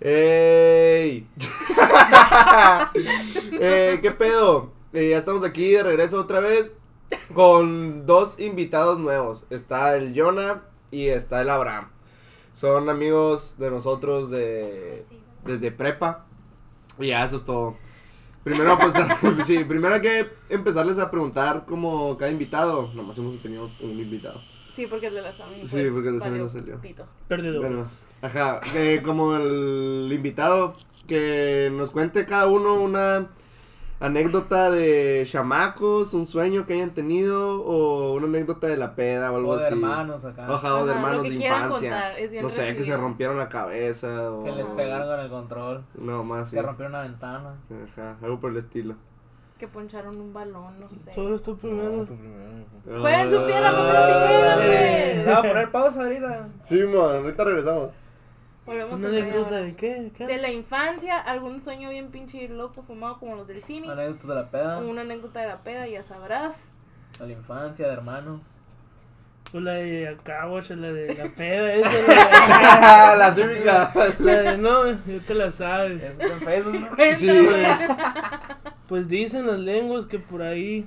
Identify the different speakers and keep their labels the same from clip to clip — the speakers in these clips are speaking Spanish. Speaker 1: ¡Ey! Eh, ¿Qué pedo? Eh, ya estamos aquí de regreso otra vez con dos invitados nuevos. Está el Jonah y está el Abraham. Son amigos de nosotros de, desde prepa. Y ya, eso es todo. Primero, pues, sí, primero hay que empezarles a preguntar como cada invitado. Nomás hemos tenido un invitado.
Speaker 2: Sí, porque el de la Sammy. pues,
Speaker 1: Sí, porque el de Sammy no salió.
Speaker 2: Pito.
Speaker 3: Perdedor.
Speaker 1: Bueno, ajá, que como el invitado, que nos cuente cada uno una anécdota de chamacos, un sueño que hayan tenido, o una anécdota de la peda o algo
Speaker 4: O de
Speaker 1: así.
Speaker 4: hermanos acá.
Speaker 1: Ajá, o de
Speaker 2: Ajá, lo
Speaker 1: hermanos
Speaker 2: que
Speaker 1: de
Speaker 2: quieran
Speaker 1: infancia.
Speaker 2: contar, es bien
Speaker 1: no sé, que se
Speaker 2: recibido.
Speaker 1: rompieron la cabeza o...
Speaker 4: Que les pegaron con el control.
Speaker 1: No, más sí.
Speaker 4: Que rompieron una ventana.
Speaker 1: Ajá, algo por el estilo.
Speaker 2: Que poncharon un balón, no sé.
Speaker 3: Solo estoy
Speaker 5: No,
Speaker 3: primero.
Speaker 5: tu primero.
Speaker 1: Ah.
Speaker 2: Jueguen su pierna, ¿por qué no dijeron,
Speaker 4: Le
Speaker 2: güey?
Speaker 4: voy a poner pausa ahorita.
Speaker 1: Sí, man, ahorita regresamos.
Speaker 2: Volvemos
Speaker 3: ¿Una
Speaker 2: a media
Speaker 3: anécdota
Speaker 2: hora.
Speaker 3: de qué? ¿Qué?
Speaker 2: De la infancia, algún sueño bien pinche loco, fumado como los del cine.
Speaker 4: Anécdotas de la peda.
Speaker 2: Una anécdota de la peda, ya sabrás.
Speaker 4: De la infancia, de hermanos.
Speaker 3: Pues la de acá, guacha, la de la peda, esa,
Speaker 1: la típica.
Speaker 3: la, la de no, ya te la sabes.
Speaker 4: Eso es en Facebook, ¿no?
Speaker 2: Cuéntanos.
Speaker 3: Pues dicen las lenguas que por ahí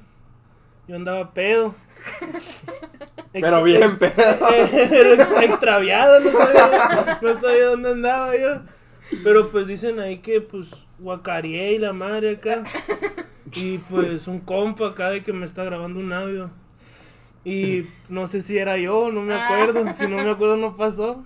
Speaker 3: yo andaba pedo.
Speaker 1: Pero bien, pedo.
Speaker 3: Era extraviado, no sabía, no sabía dónde andaba yo. Pero pues dicen ahí que pues guacareé y la madre acá. Y pues un compa acá de que me está grabando un audio. Y no sé si era yo, no me acuerdo. Si no me acuerdo no pasó.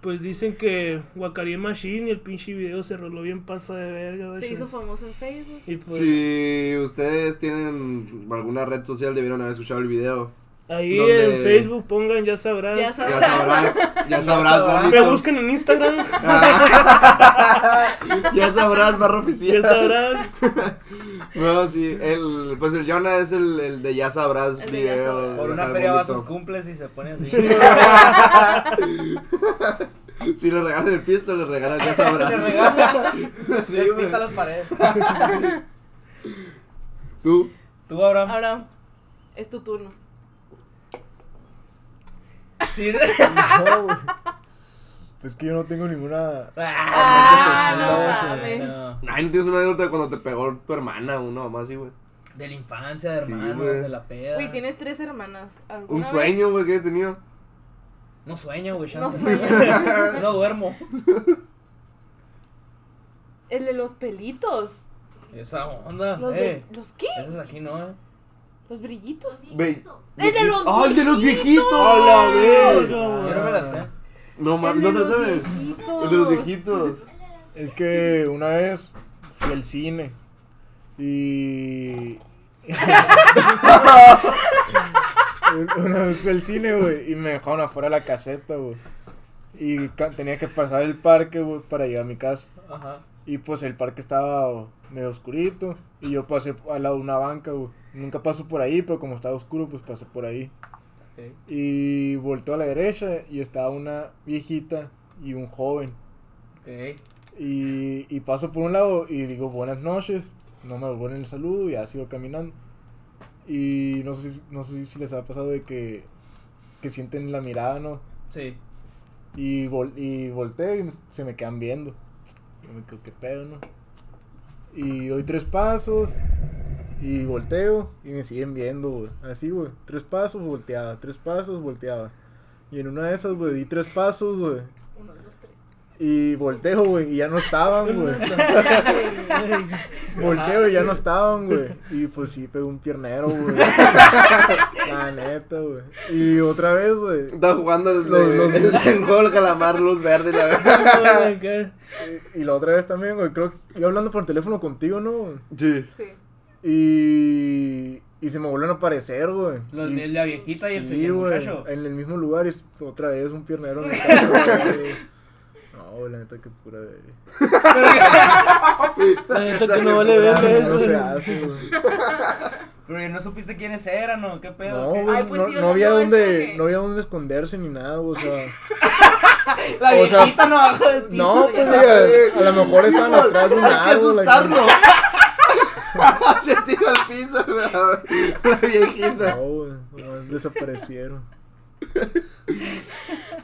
Speaker 3: Pues dicen que guacareé machine y el pinche video se roló bien pasa de verga.
Speaker 2: Se
Speaker 3: güey.
Speaker 2: hizo famoso en Facebook.
Speaker 3: Y pues
Speaker 1: Si ustedes tienen alguna red social, debieron haber escuchado el video.
Speaker 3: ahí
Speaker 1: ¿Dónde?
Speaker 3: en Facebook pongan ya sabrás.
Speaker 2: Ya
Speaker 1: Ya
Speaker 2: sabrás.
Speaker 1: sabrás, ya sabrás,
Speaker 4: sabrás.
Speaker 3: me
Speaker 1: bonito.
Speaker 3: buscan en Instagram.
Speaker 1: ya sabrás, barra
Speaker 3: ya
Speaker 1: oficial.
Speaker 3: sabrás.
Speaker 1: No, sí, el, pues el Jonah es el, el de ya sabrás
Speaker 2: El de ya
Speaker 1: video.
Speaker 2: sabrás.
Speaker 4: Por una
Speaker 1: Ajá,
Speaker 4: feria va a sus
Speaker 1: bonito.
Speaker 4: cumples y se pone así.
Speaker 1: Sí. si le regalan el pisto, le regalan ya
Speaker 4: Le
Speaker 1: sabrás.
Speaker 4: regala,
Speaker 1: Sí,
Speaker 4: les
Speaker 1: güey.
Speaker 4: pinta las paredes.
Speaker 1: Tú,
Speaker 4: Tú, Abraham.
Speaker 2: Ahora es tu turno.
Speaker 4: Sí.
Speaker 5: No, güey. Es que yo no tengo ninguna.
Speaker 2: Ah,
Speaker 5: no
Speaker 2: mames.
Speaker 4: No.
Speaker 1: ay, no tienes una anécdota de cuando te pegó tu hermana, uno más, sí, güey.
Speaker 4: De la infancia, de
Speaker 1: Sí,
Speaker 4: hermanos,
Speaker 1: güey.
Speaker 4: de la peda.
Speaker 2: Güey, tienes tres hermanas.
Speaker 1: Un
Speaker 2: ¿Alguna vez?
Speaker 1: sueño, güey, que he tenido.
Speaker 4: No sueño, güey.
Speaker 2: No
Speaker 4: chance.
Speaker 2: sueño.
Speaker 4: no duermo.
Speaker 2: El de los pelitos.
Speaker 4: Esa onda,
Speaker 2: ¿Los,
Speaker 4: eh.
Speaker 2: bri- ¿Los qué?
Speaker 4: Esas aquí no, eh.
Speaker 2: ¿Los brillitos?
Speaker 1: Ve-
Speaker 2: ¡El de los
Speaker 1: ¡Ah, el de los viejitos!
Speaker 3: A la
Speaker 2: Ah.
Speaker 3: verga,
Speaker 4: Yo no me las sé.
Speaker 1: No,
Speaker 2: El
Speaker 1: mames,
Speaker 2: de
Speaker 1: no te lo
Speaker 2: los
Speaker 1: sabes.
Speaker 2: viejitos.
Speaker 1: El de los viejitos.
Speaker 5: Es que Eh, una vez fui al cine y. una vez fui al cine, güey, y me dejaron afuera de la caseta, güey. Y ca- tenía que pasar el parque, güey, para llegar a mi casa.
Speaker 4: Ajá.
Speaker 5: Y pues el parque estaba medio oscurito. Y yo pasé al lado de una banca, güey. Nunca paso por ahí, pero como estaba oscuro, pues pasé por ahí.
Speaker 4: Ok.
Speaker 5: Y volteo a la derecha y estaba una viejita y un joven.
Speaker 4: Ok.
Speaker 5: Y, y paso por un lado y digo buenas noches. No me devuelven el saludo y ya sigo caminando. Y no sé, si- no sé si les ha pasado de que, que sienten la mirada, ¿no?
Speaker 4: Sí.
Speaker 5: Y, vol- y volteo y me- se me quedan viendo. Yo me quedo, qué pedo, ¿no? Y doy tres pasos y volteo y me siguen viendo, güey. Así, güey. Tres pasos, volteaba. Tres pasos, volteaba. Y en una de esas, güey, di tres pasos, güey.
Speaker 2: Uno, dos, tres.
Speaker 5: Y volteo, güey, y ya no estaban, güey. volteo y ya no estaban, güey. Y pues sí, pegó un piernero, güey. La neta, güey. Y otra vez, güey.
Speaker 1: Estaba jugando el,
Speaker 5: Los-
Speaker 1: de-
Speaker 5: los-
Speaker 1: el, el juego del calamar, luz verde. y La...
Speaker 5: Y la otra vez también, güey, creo que yo hablando por teléfono contigo, ¿no?
Speaker 1: Sí.
Speaker 2: Sí.
Speaker 5: Y, y se me vuelven a aparecer, güey.
Speaker 4: Los,
Speaker 5: Y-
Speaker 4: de la viejita y el
Speaker 5: sí,
Speaker 4: señor
Speaker 5: güey, Eh.
Speaker 4: muchacho.
Speaker 5: En el mismo lugar, es otra vez un piernero en el carro, güey. No, güey, la neta que pura verga.
Speaker 3: La neta que no vale verga
Speaker 5: Ah,
Speaker 3: eso.
Speaker 5: No se hace, güey.
Speaker 4: Pero no supiste quiénes eran o qué pedo.
Speaker 5: No,
Speaker 4: ¿Qué?
Speaker 5: güey,
Speaker 2: Ay, pues
Speaker 5: no,
Speaker 2: sí, o
Speaker 5: no
Speaker 2: sea,
Speaker 5: había
Speaker 2: no, es
Speaker 5: dónde,
Speaker 2: como que-
Speaker 5: no había dónde esconderse ni nada, o sea.
Speaker 4: La
Speaker 5: o sea,
Speaker 4: viejita no bajó del piso.
Speaker 5: no,
Speaker 4: ya.
Speaker 5: pues a, a lo mejor estaban atrás de un
Speaker 1: Hay que
Speaker 5: árbol. la
Speaker 1: asustarlo. Se tiró al piso la, la
Speaker 5: chingada.
Speaker 1: viejita.
Speaker 5: No, güey, no, desaparecieron.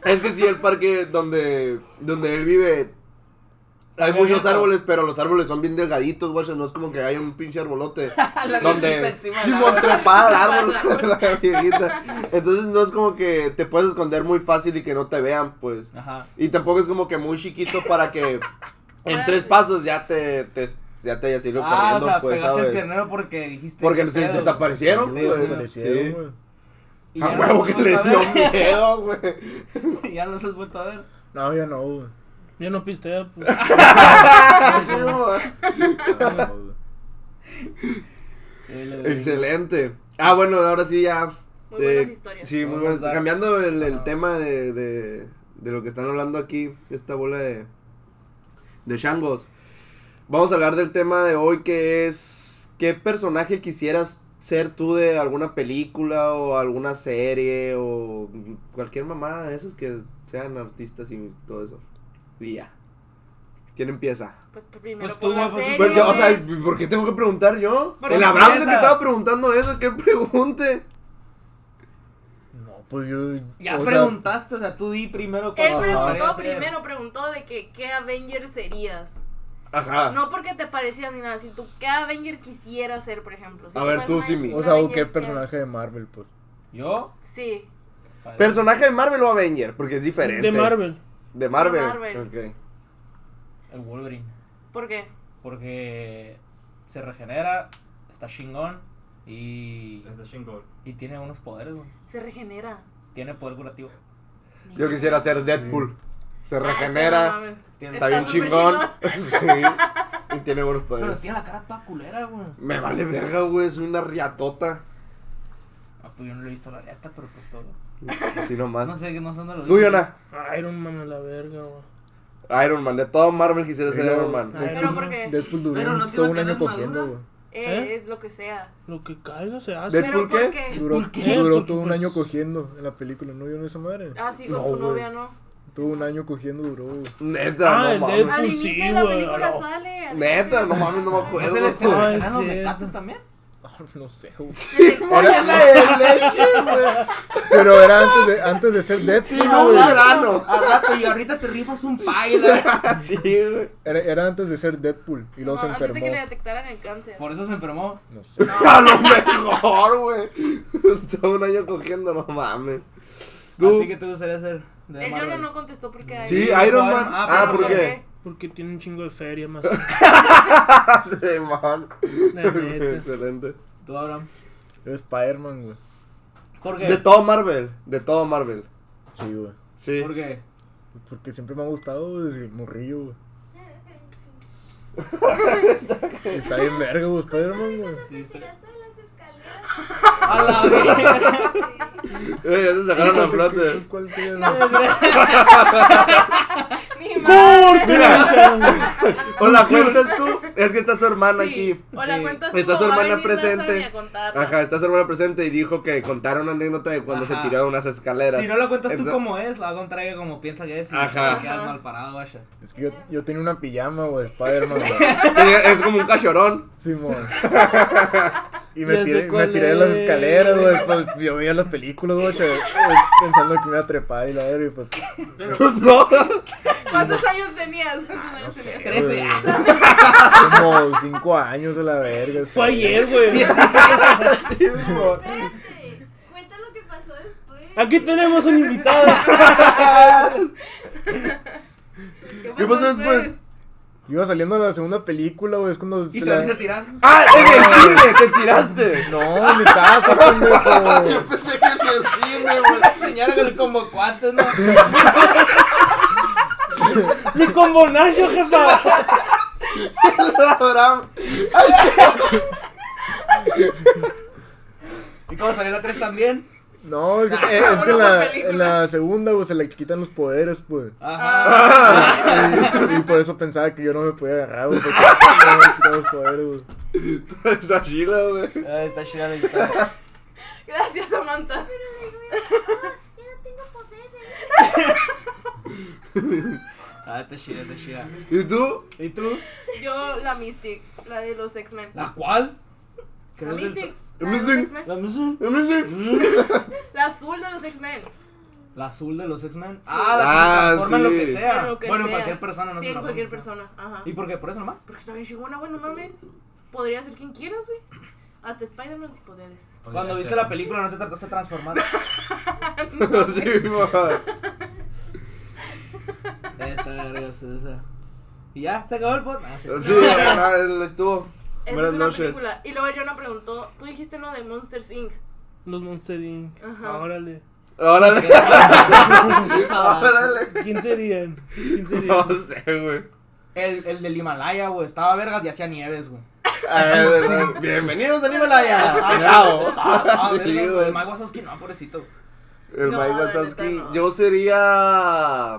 Speaker 1: Es que sí, el parque donde, donde él vive. Hay
Speaker 3: Está
Speaker 1: muchos
Speaker 3: abierto.
Speaker 1: árboles, pero los árboles son bien delgaditos, güey. No es como que haya un pinche arbolote.
Speaker 4: La viejita
Speaker 1: donde
Speaker 4: encima del
Speaker 1: Simón
Speaker 4: árbol.
Speaker 1: trepada al árbol, la viejita. Entonces no es como que te puedes esconder muy fácil y que no te vean, pues.
Speaker 4: Ajá.
Speaker 1: Y tampoco es como que muy chiquito para que en
Speaker 2: Ah,
Speaker 1: tres
Speaker 2: sí.
Speaker 1: pasos ya te, te- ya te hayas ido
Speaker 4: Ah, o
Speaker 1: corriendo,
Speaker 4: sea,
Speaker 1: pues,
Speaker 4: pegaste el
Speaker 1: ¿sabes?
Speaker 4: piernero porque dijiste.
Speaker 1: Porque
Speaker 4: "¿Qué
Speaker 1: se
Speaker 4: pedo?"
Speaker 1: desaparecieron,
Speaker 5: Sí,
Speaker 1: pues.
Speaker 5: desaparecieron,
Speaker 1: sí.
Speaker 5: güey.
Speaker 4: Y
Speaker 1: A
Speaker 4: ya no
Speaker 1: huevo
Speaker 4: los
Speaker 1: que
Speaker 4: has
Speaker 1: le
Speaker 4: vuelto a
Speaker 1: dio
Speaker 4: ver.
Speaker 1: miedo, güey.
Speaker 4: Y ya los has vuelto a ver.
Speaker 5: No, ya no, güey.
Speaker 3: Ya no pistea, pues.
Speaker 1: Sí, güey.
Speaker 5: Ya no, güey.
Speaker 1: Excelente. Ah, bueno, ahora sí ya.
Speaker 2: Muy buenas historias.
Speaker 1: Eh, Sí, muy
Speaker 4: Vamos
Speaker 1: buenas.
Speaker 4: a dar-
Speaker 1: Cambiando el, el
Speaker 4: Ah.
Speaker 1: tema de, de, de lo que están hablando aquí, esta bola de, de changos. Vamos a hablar del tema de hoy que es, ¿qué personaje quisieras ser tú de alguna película o alguna serie o cualquier mamada de esas que sean artistas y todo eso? Y ya. ¿Quién empieza?
Speaker 2: Pues primero
Speaker 4: Pues tú,
Speaker 2: por la serie,
Speaker 4: güey, pues tú.
Speaker 1: Porque, o sea,
Speaker 2: güey.
Speaker 1: ¿por qué tengo que preguntar yo?
Speaker 2: Porque
Speaker 1: El Abraham es el que
Speaker 4: empieza.
Speaker 1: estaba preguntando eso, que él pregunte.
Speaker 5: No, pues yo.
Speaker 4: Ya
Speaker 5: o sea,
Speaker 4: preguntaste, o sea, tú di primero
Speaker 2: Él
Speaker 4: cuál te gustaría
Speaker 2: preguntó
Speaker 4: ser.
Speaker 2: primero, preguntó de que qué Avenger serías.
Speaker 1: Ajá.
Speaker 2: No porque te parecía ni nada, si tú qué Avenger quisieras ser, por ejemplo. Si
Speaker 1: A ver,
Speaker 2: fueras
Speaker 1: tú,
Speaker 2: una-
Speaker 1: Simi.
Speaker 2: una
Speaker 5: O sea, o
Speaker 2: Avenger,
Speaker 5: qué personaje de Marvel, pues.
Speaker 4: ¿Yo?
Speaker 2: Sí.
Speaker 1: ¿Personaje de Marvel o Avenger? Porque es diferente.
Speaker 3: De Marvel.
Speaker 1: De Marvel.
Speaker 2: De Marvel.
Speaker 1: Ok.
Speaker 4: El Wolverine.
Speaker 2: ¿Por qué?
Speaker 4: Porque se regenera, está chingón y,
Speaker 6: Está chingón.
Speaker 4: y tiene unos poderes, güey.
Speaker 2: Se regenera.
Speaker 4: Tiene poder curativo.
Speaker 1: Pues Yo quisiera ser Deadpool. Se
Speaker 2: Ah, no
Speaker 1: regenera.
Speaker 2: mames.
Speaker 4: Tiene-
Speaker 1: Está
Speaker 2: Está
Speaker 1: bien
Speaker 2: súper
Speaker 1: chingón. sí. Y tiene buenos
Speaker 4: Pero
Speaker 1: poderes.
Speaker 4: tiene la cara toda culera, güey.
Speaker 1: Me vale verga, güey. Soy una riatota.
Speaker 4: Ah, pues yo no le he visto la reata, pero pues todo.
Speaker 1: Así nomás.
Speaker 4: No sé, no sé dónde lo
Speaker 1: Ah. Tú,
Speaker 4: vi.
Speaker 1: Yona.
Speaker 3: Iron Man a la verga, güey.
Speaker 1: Iron Man. De todo Marvel quisiera ser
Speaker 5: Pero-
Speaker 1: Iron Man.
Speaker 4: Ah,
Speaker 3: Ay.
Speaker 2: Pero porque eh,
Speaker 5: Después duró
Speaker 4: Pero no tiene
Speaker 5: un- todo un
Speaker 4: que
Speaker 5: año
Speaker 4: ver
Speaker 5: cogiendo,
Speaker 4: madura.
Speaker 5: güey.
Speaker 3: ¿Eh?
Speaker 2: es lo que sea.
Speaker 3: Lo que caiga se hace.
Speaker 1: De-
Speaker 2: Pero
Speaker 1: ¿Deadpool qué?
Speaker 2: porque
Speaker 5: Duró,
Speaker 3: qué?
Speaker 5: duró
Speaker 3: Porque,
Speaker 5: todo un
Speaker 3: pues-
Speaker 5: año cogiendo en la película, ¿no? Yo no esa madre.
Speaker 2: Ah, sí, con
Speaker 5: No,
Speaker 2: su
Speaker 5: güey.
Speaker 2: novia, ¿no?
Speaker 5: Todo un año cogiendo duró, güey.
Speaker 1: Neta,
Speaker 3: Ah,
Speaker 1: no
Speaker 3: el
Speaker 1: mames.
Speaker 3: Deadpool.
Speaker 2: Al
Speaker 3: Pues
Speaker 2: inicio
Speaker 3: sí,
Speaker 2: de la
Speaker 3: güey,
Speaker 2: película
Speaker 3: no.
Speaker 2: sale. al
Speaker 1: Neta,
Speaker 2: inicio.
Speaker 1: no mames, no me
Speaker 4: ¿No
Speaker 1: acuerdo.
Speaker 4: se le se le
Speaker 1: güey.
Speaker 3: Ay,
Speaker 4: regeneran los
Speaker 3: sí.
Speaker 4: mecates también?
Speaker 5: Ah, no sé, güey.
Speaker 1: Sí, güey, es la de leche, güey.
Speaker 5: Pero era antes de, antes de ser Deadpool,
Speaker 1: Sí, no,
Speaker 5: güey.
Speaker 1: güey. Verano.
Speaker 4: Al rato, y ahorita te rifas un paila.
Speaker 1: Sí, güey.
Speaker 5: Era, era antes de ser Deadpool y luego
Speaker 2: No,
Speaker 5: se
Speaker 2: Ah, antes de
Speaker 5: enfermó.
Speaker 2: que le detectaran el cáncer.
Speaker 4: Por eso se enfermó.
Speaker 5: No sé.
Speaker 1: A lo mejor, güey. Todo un año cogiendo, no mames. Tú.
Speaker 4: Así que te gustaría ser de
Speaker 2: El Yono
Speaker 4: Marvel.
Speaker 2: no contestó porque ahí-
Speaker 1: Sí,
Speaker 4: Ay,
Speaker 1: Iron
Speaker 4: Iron
Speaker 1: Man.
Speaker 4: Man.
Speaker 1: Ah,
Speaker 4: Ah,
Speaker 1: ¿por
Speaker 4: ¿por
Speaker 1: qué?
Speaker 3: Porque tiene un chingo de feria más.
Speaker 1: Sí, man.
Speaker 3: La neta.
Speaker 1: Excelente.
Speaker 4: Tú, Abraham.
Speaker 5: Yo Spider-Man, güey.
Speaker 4: ¿Por qué?
Speaker 1: De todo Marvel. De todo Marvel.
Speaker 5: Sí, güey.
Speaker 1: Sí.
Speaker 4: ¿Por qué?
Speaker 5: Porque siempre me ha gustado güey, desde morrillo, güey. Está bien verga, güey, Spider-Man, güey.
Speaker 4: Sí, estoy-
Speaker 7: escaleras.
Speaker 4: A la vez.
Speaker 1: Eh, ya se sacaron la flote.
Speaker 5: ¿Cuál crees?
Speaker 2: Mi madre.
Speaker 1: Mira. O la cuentas tú. Es que está su hermana
Speaker 2: Sí.
Speaker 1: aquí.
Speaker 2: O la
Speaker 4: Sí.
Speaker 2: cuentas tú.
Speaker 1: Está su
Speaker 2: o va a
Speaker 1: hermana
Speaker 2: venir Nasa ni a
Speaker 1: presente.
Speaker 2: contarla.
Speaker 1: Ajá, está su hermana presente y dijo que contaron una anécdota de cuando
Speaker 4: Ajá.
Speaker 1: se tiró de unas escaleras.
Speaker 4: Si no lo cuentas tú
Speaker 1: Entonces-
Speaker 4: como es, la contraria como piensa que es y
Speaker 1: Ajá.
Speaker 4: te quedas
Speaker 2: Ajá.
Speaker 4: mal parado, vaya.
Speaker 5: Es que yo, yo tenía una pijama, güey, de Spider-Man, güey.
Speaker 1: Eh, Es como un cachorón.
Speaker 5: Simón. Y me
Speaker 3: Ya sé
Speaker 5: tiré, me
Speaker 3: cuál
Speaker 5: tiré de las
Speaker 3: es.
Speaker 5: escaleras, güey. Pues yo veía las películas, güey, che, güey, pensando que me iba a trepar y la verga, y pues.
Speaker 1: No.
Speaker 2: ¿Cuántos años tenías?
Speaker 1: Ah,
Speaker 2: ¿Cuántos años tenías?
Speaker 4: Trece.
Speaker 5: güey, Como cinco años de la verga.
Speaker 3: Fue
Speaker 5: sí.
Speaker 3: ayer, güey.
Speaker 1: Sí, mo.
Speaker 7: Espérate, cuenta lo que pasó después.
Speaker 3: Aquí tenemos un invitado.
Speaker 1: ¿Qué pasó después?
Speaker 5: Iba saliendo de la segunda película, güey. Es cuando.
Speaker 4: Y
Speaker 5: se
Speaker 4: te
Speaker 5: la-
Speaker 4: vas a tirar.
Speaker 1: ¡Ah! ¡En el cine! ¡Te tiraste!
Speaker 5: No, en mi casa, pendejo.
Speaker 1: Pensé que en
Speaker 2: Pues
Speaker 1: el cine, güey.
Speaker 4: Señala con el combo cuates, ¿no?
Speaker 3: Mi combonacho, jefa.
Speaker 1: Abraham.
Speaker 4: ¿Y cómo salió la 3 también?
Speaker 5: No, es que, eh, es que en, la, en la segunda, güey, se le quitan los poderes, pues.
Speaker 2: Ah.
Speaker 4: Ajá.
Speaker 5: Y, y por eso pensaba que yo no me podía agarrar, güey. Porque no me quitaban los poderes, güey.
Speaker 1: Está chila, güey.
Speaker 4: Ah, está chida la historia.
Speaker 2: Gracias, Samantha.
Speaker 7: Yo no tengo poderes.
Speaker 4: Ah, está chida, está chida.
Speaker 1: ¿Y tú?
Speaker 4: ¿Y tú?
Speaker 2: Yo, la Mystic, la de los X-Men.
Speaker 4: ¿La cuál? Que
Speaker 2: La
Speaker 4: no es del-
Speaker 2: Mystic. La de los
Speaker 1: Mystic.
Speaker 2: X-Men.
Speaker 4: La Mizu.
Speaker 1: A mí sí.
Speaker 2: La azul de los X-Men.
Speaker 4: La azul de los X-Men. Ah, la
Speaker 1: Ah,
Speaker 4: que se transforma en lo
Speaker 1: sí.
Speaker 4: que sea.
Speaker 2: En lo que
Speaker 4: bueno, en
Speaker 2: sea.
Speaker 4: cualquier persona,
Speaker 2: Sí, en
Speaker 4: no se transforma.
Speaker 2: cualquier persona. Ajá.
Speaker 4: ¿Y por qué? ¿Por eso nomás?
Speaker 2: Porque está bien chingona, bueno, mames. Podría ser quien quieras, güey. Hasta Spider-Man si poderes.
Speaker 4: Cuando viste la película no te trataste de transformar.
Speaker 1: sí, mamá.
Speaker 4: Esta verga es esa. Y ya, se acabó el pot. Ah, sí.
Speaker 1: Sí, ajá, él estuvo.
Speaker 2: Esa
Speaker 1: Buenas
Speaker 2: es una
Speaker 1: noches.
Speaker 2: película. Y luego Jonah preguntó, tú dijiste no de Monsters Inc.
Speaker 3: Los Monster Inc.
Speaker 2: Ajá.
Speaker 3: Órale.
Speaker 1: Órale. Órale.
Speaker 3: ¿Quién serían? ¿Quién serían?
Speaker 1: No sé, güey.
Speaker 4: El, el del Himalaya, güey. Estaba vergas y hacía nieves, güey.
Speaker 1: Ah, es verdad. Bienvenidos al Himalaya.
Speaker 4: Ah,
Speaker 1: Bravo.
Speaker 4: Estaba, estaba
Speaker 1: Sí,
Speaker 4: vergas, güey.
Speaker 1: güey.
Speaker 4: El Mike Wazowski, no, pobrecito.
Speaker 1: El
Speaker 2: No,
Speaker 1: Mike
Speaker 2: la neta,
Speaker 1: Wazowski.
Speaker 2: no.
Speaker 1: Yo sería.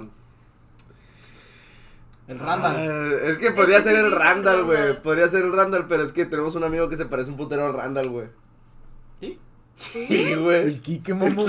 Speaker 4: El Randall.
Speaker 1: Ah, es que podría
Speaker 2: Es que
Speaker 1: ser
Speaker 2: sí,
Speaker 1: el Randall, güey.
Speaker 2: Randall.
Speaker 1: Podría ser el Randall, pero es que tenemos un amigo que se parece un putero al Randall, güey.
Speaker 4: ¿Sí?
Speaker 1: Sí, güey.
Speaker 5: El Kike, mamón.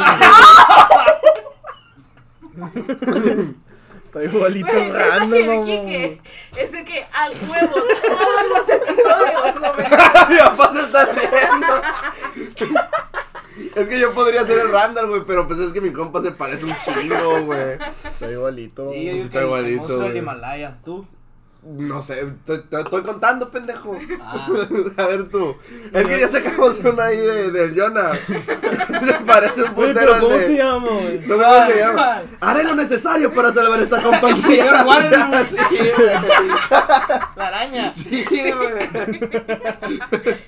Speaker 5: Está igualito
Speaker 2: Güey, no es
Speaker 5: random,
Speaker 2: el
Speaker 5: mamón.
Speaker 2: Quique, es el que al huevo todos los episodios lo ve.
Speaker 1: Mi papá se está riendo. es que yo podría ser el Randall, güey, pero pues es que mi compa se parece un chingo, güey.
Speaker 5: Está igualito.
Speaker 4: Y
Speaker 1: pues
Speaker 4: el-
Speaker 1: está
Speaker 4: el
Speaker 1: igualito,
Speaker 4: monstruo del
Speaker 1: güey.
Speaker 4: Himalaya. ¿Tú?
Speaker 1: No sé, te, te estoy contando, pendejo.
Speaker 4: Ah.
Speaker 1: A ver tú. Es que ya sacamos una ahí de, del Jonah. se parece un
Speaker 3: Güey,
Speaker 1: putero
Speaker 3: pero
Speaker 1: al
Speaker 3: ¿cómo
Speaker 1: de-
Speaker 3: se llama, güey?
Speaker 1: No sé cómo se llama.
Speaker 4: Ay.
Speaker 1: Haré lo necesario para salvar esta compañía.
Speaker 4: Warner.
Speaker 1: Sí,
Speaker 4: La araña.
Speaker 1: güey.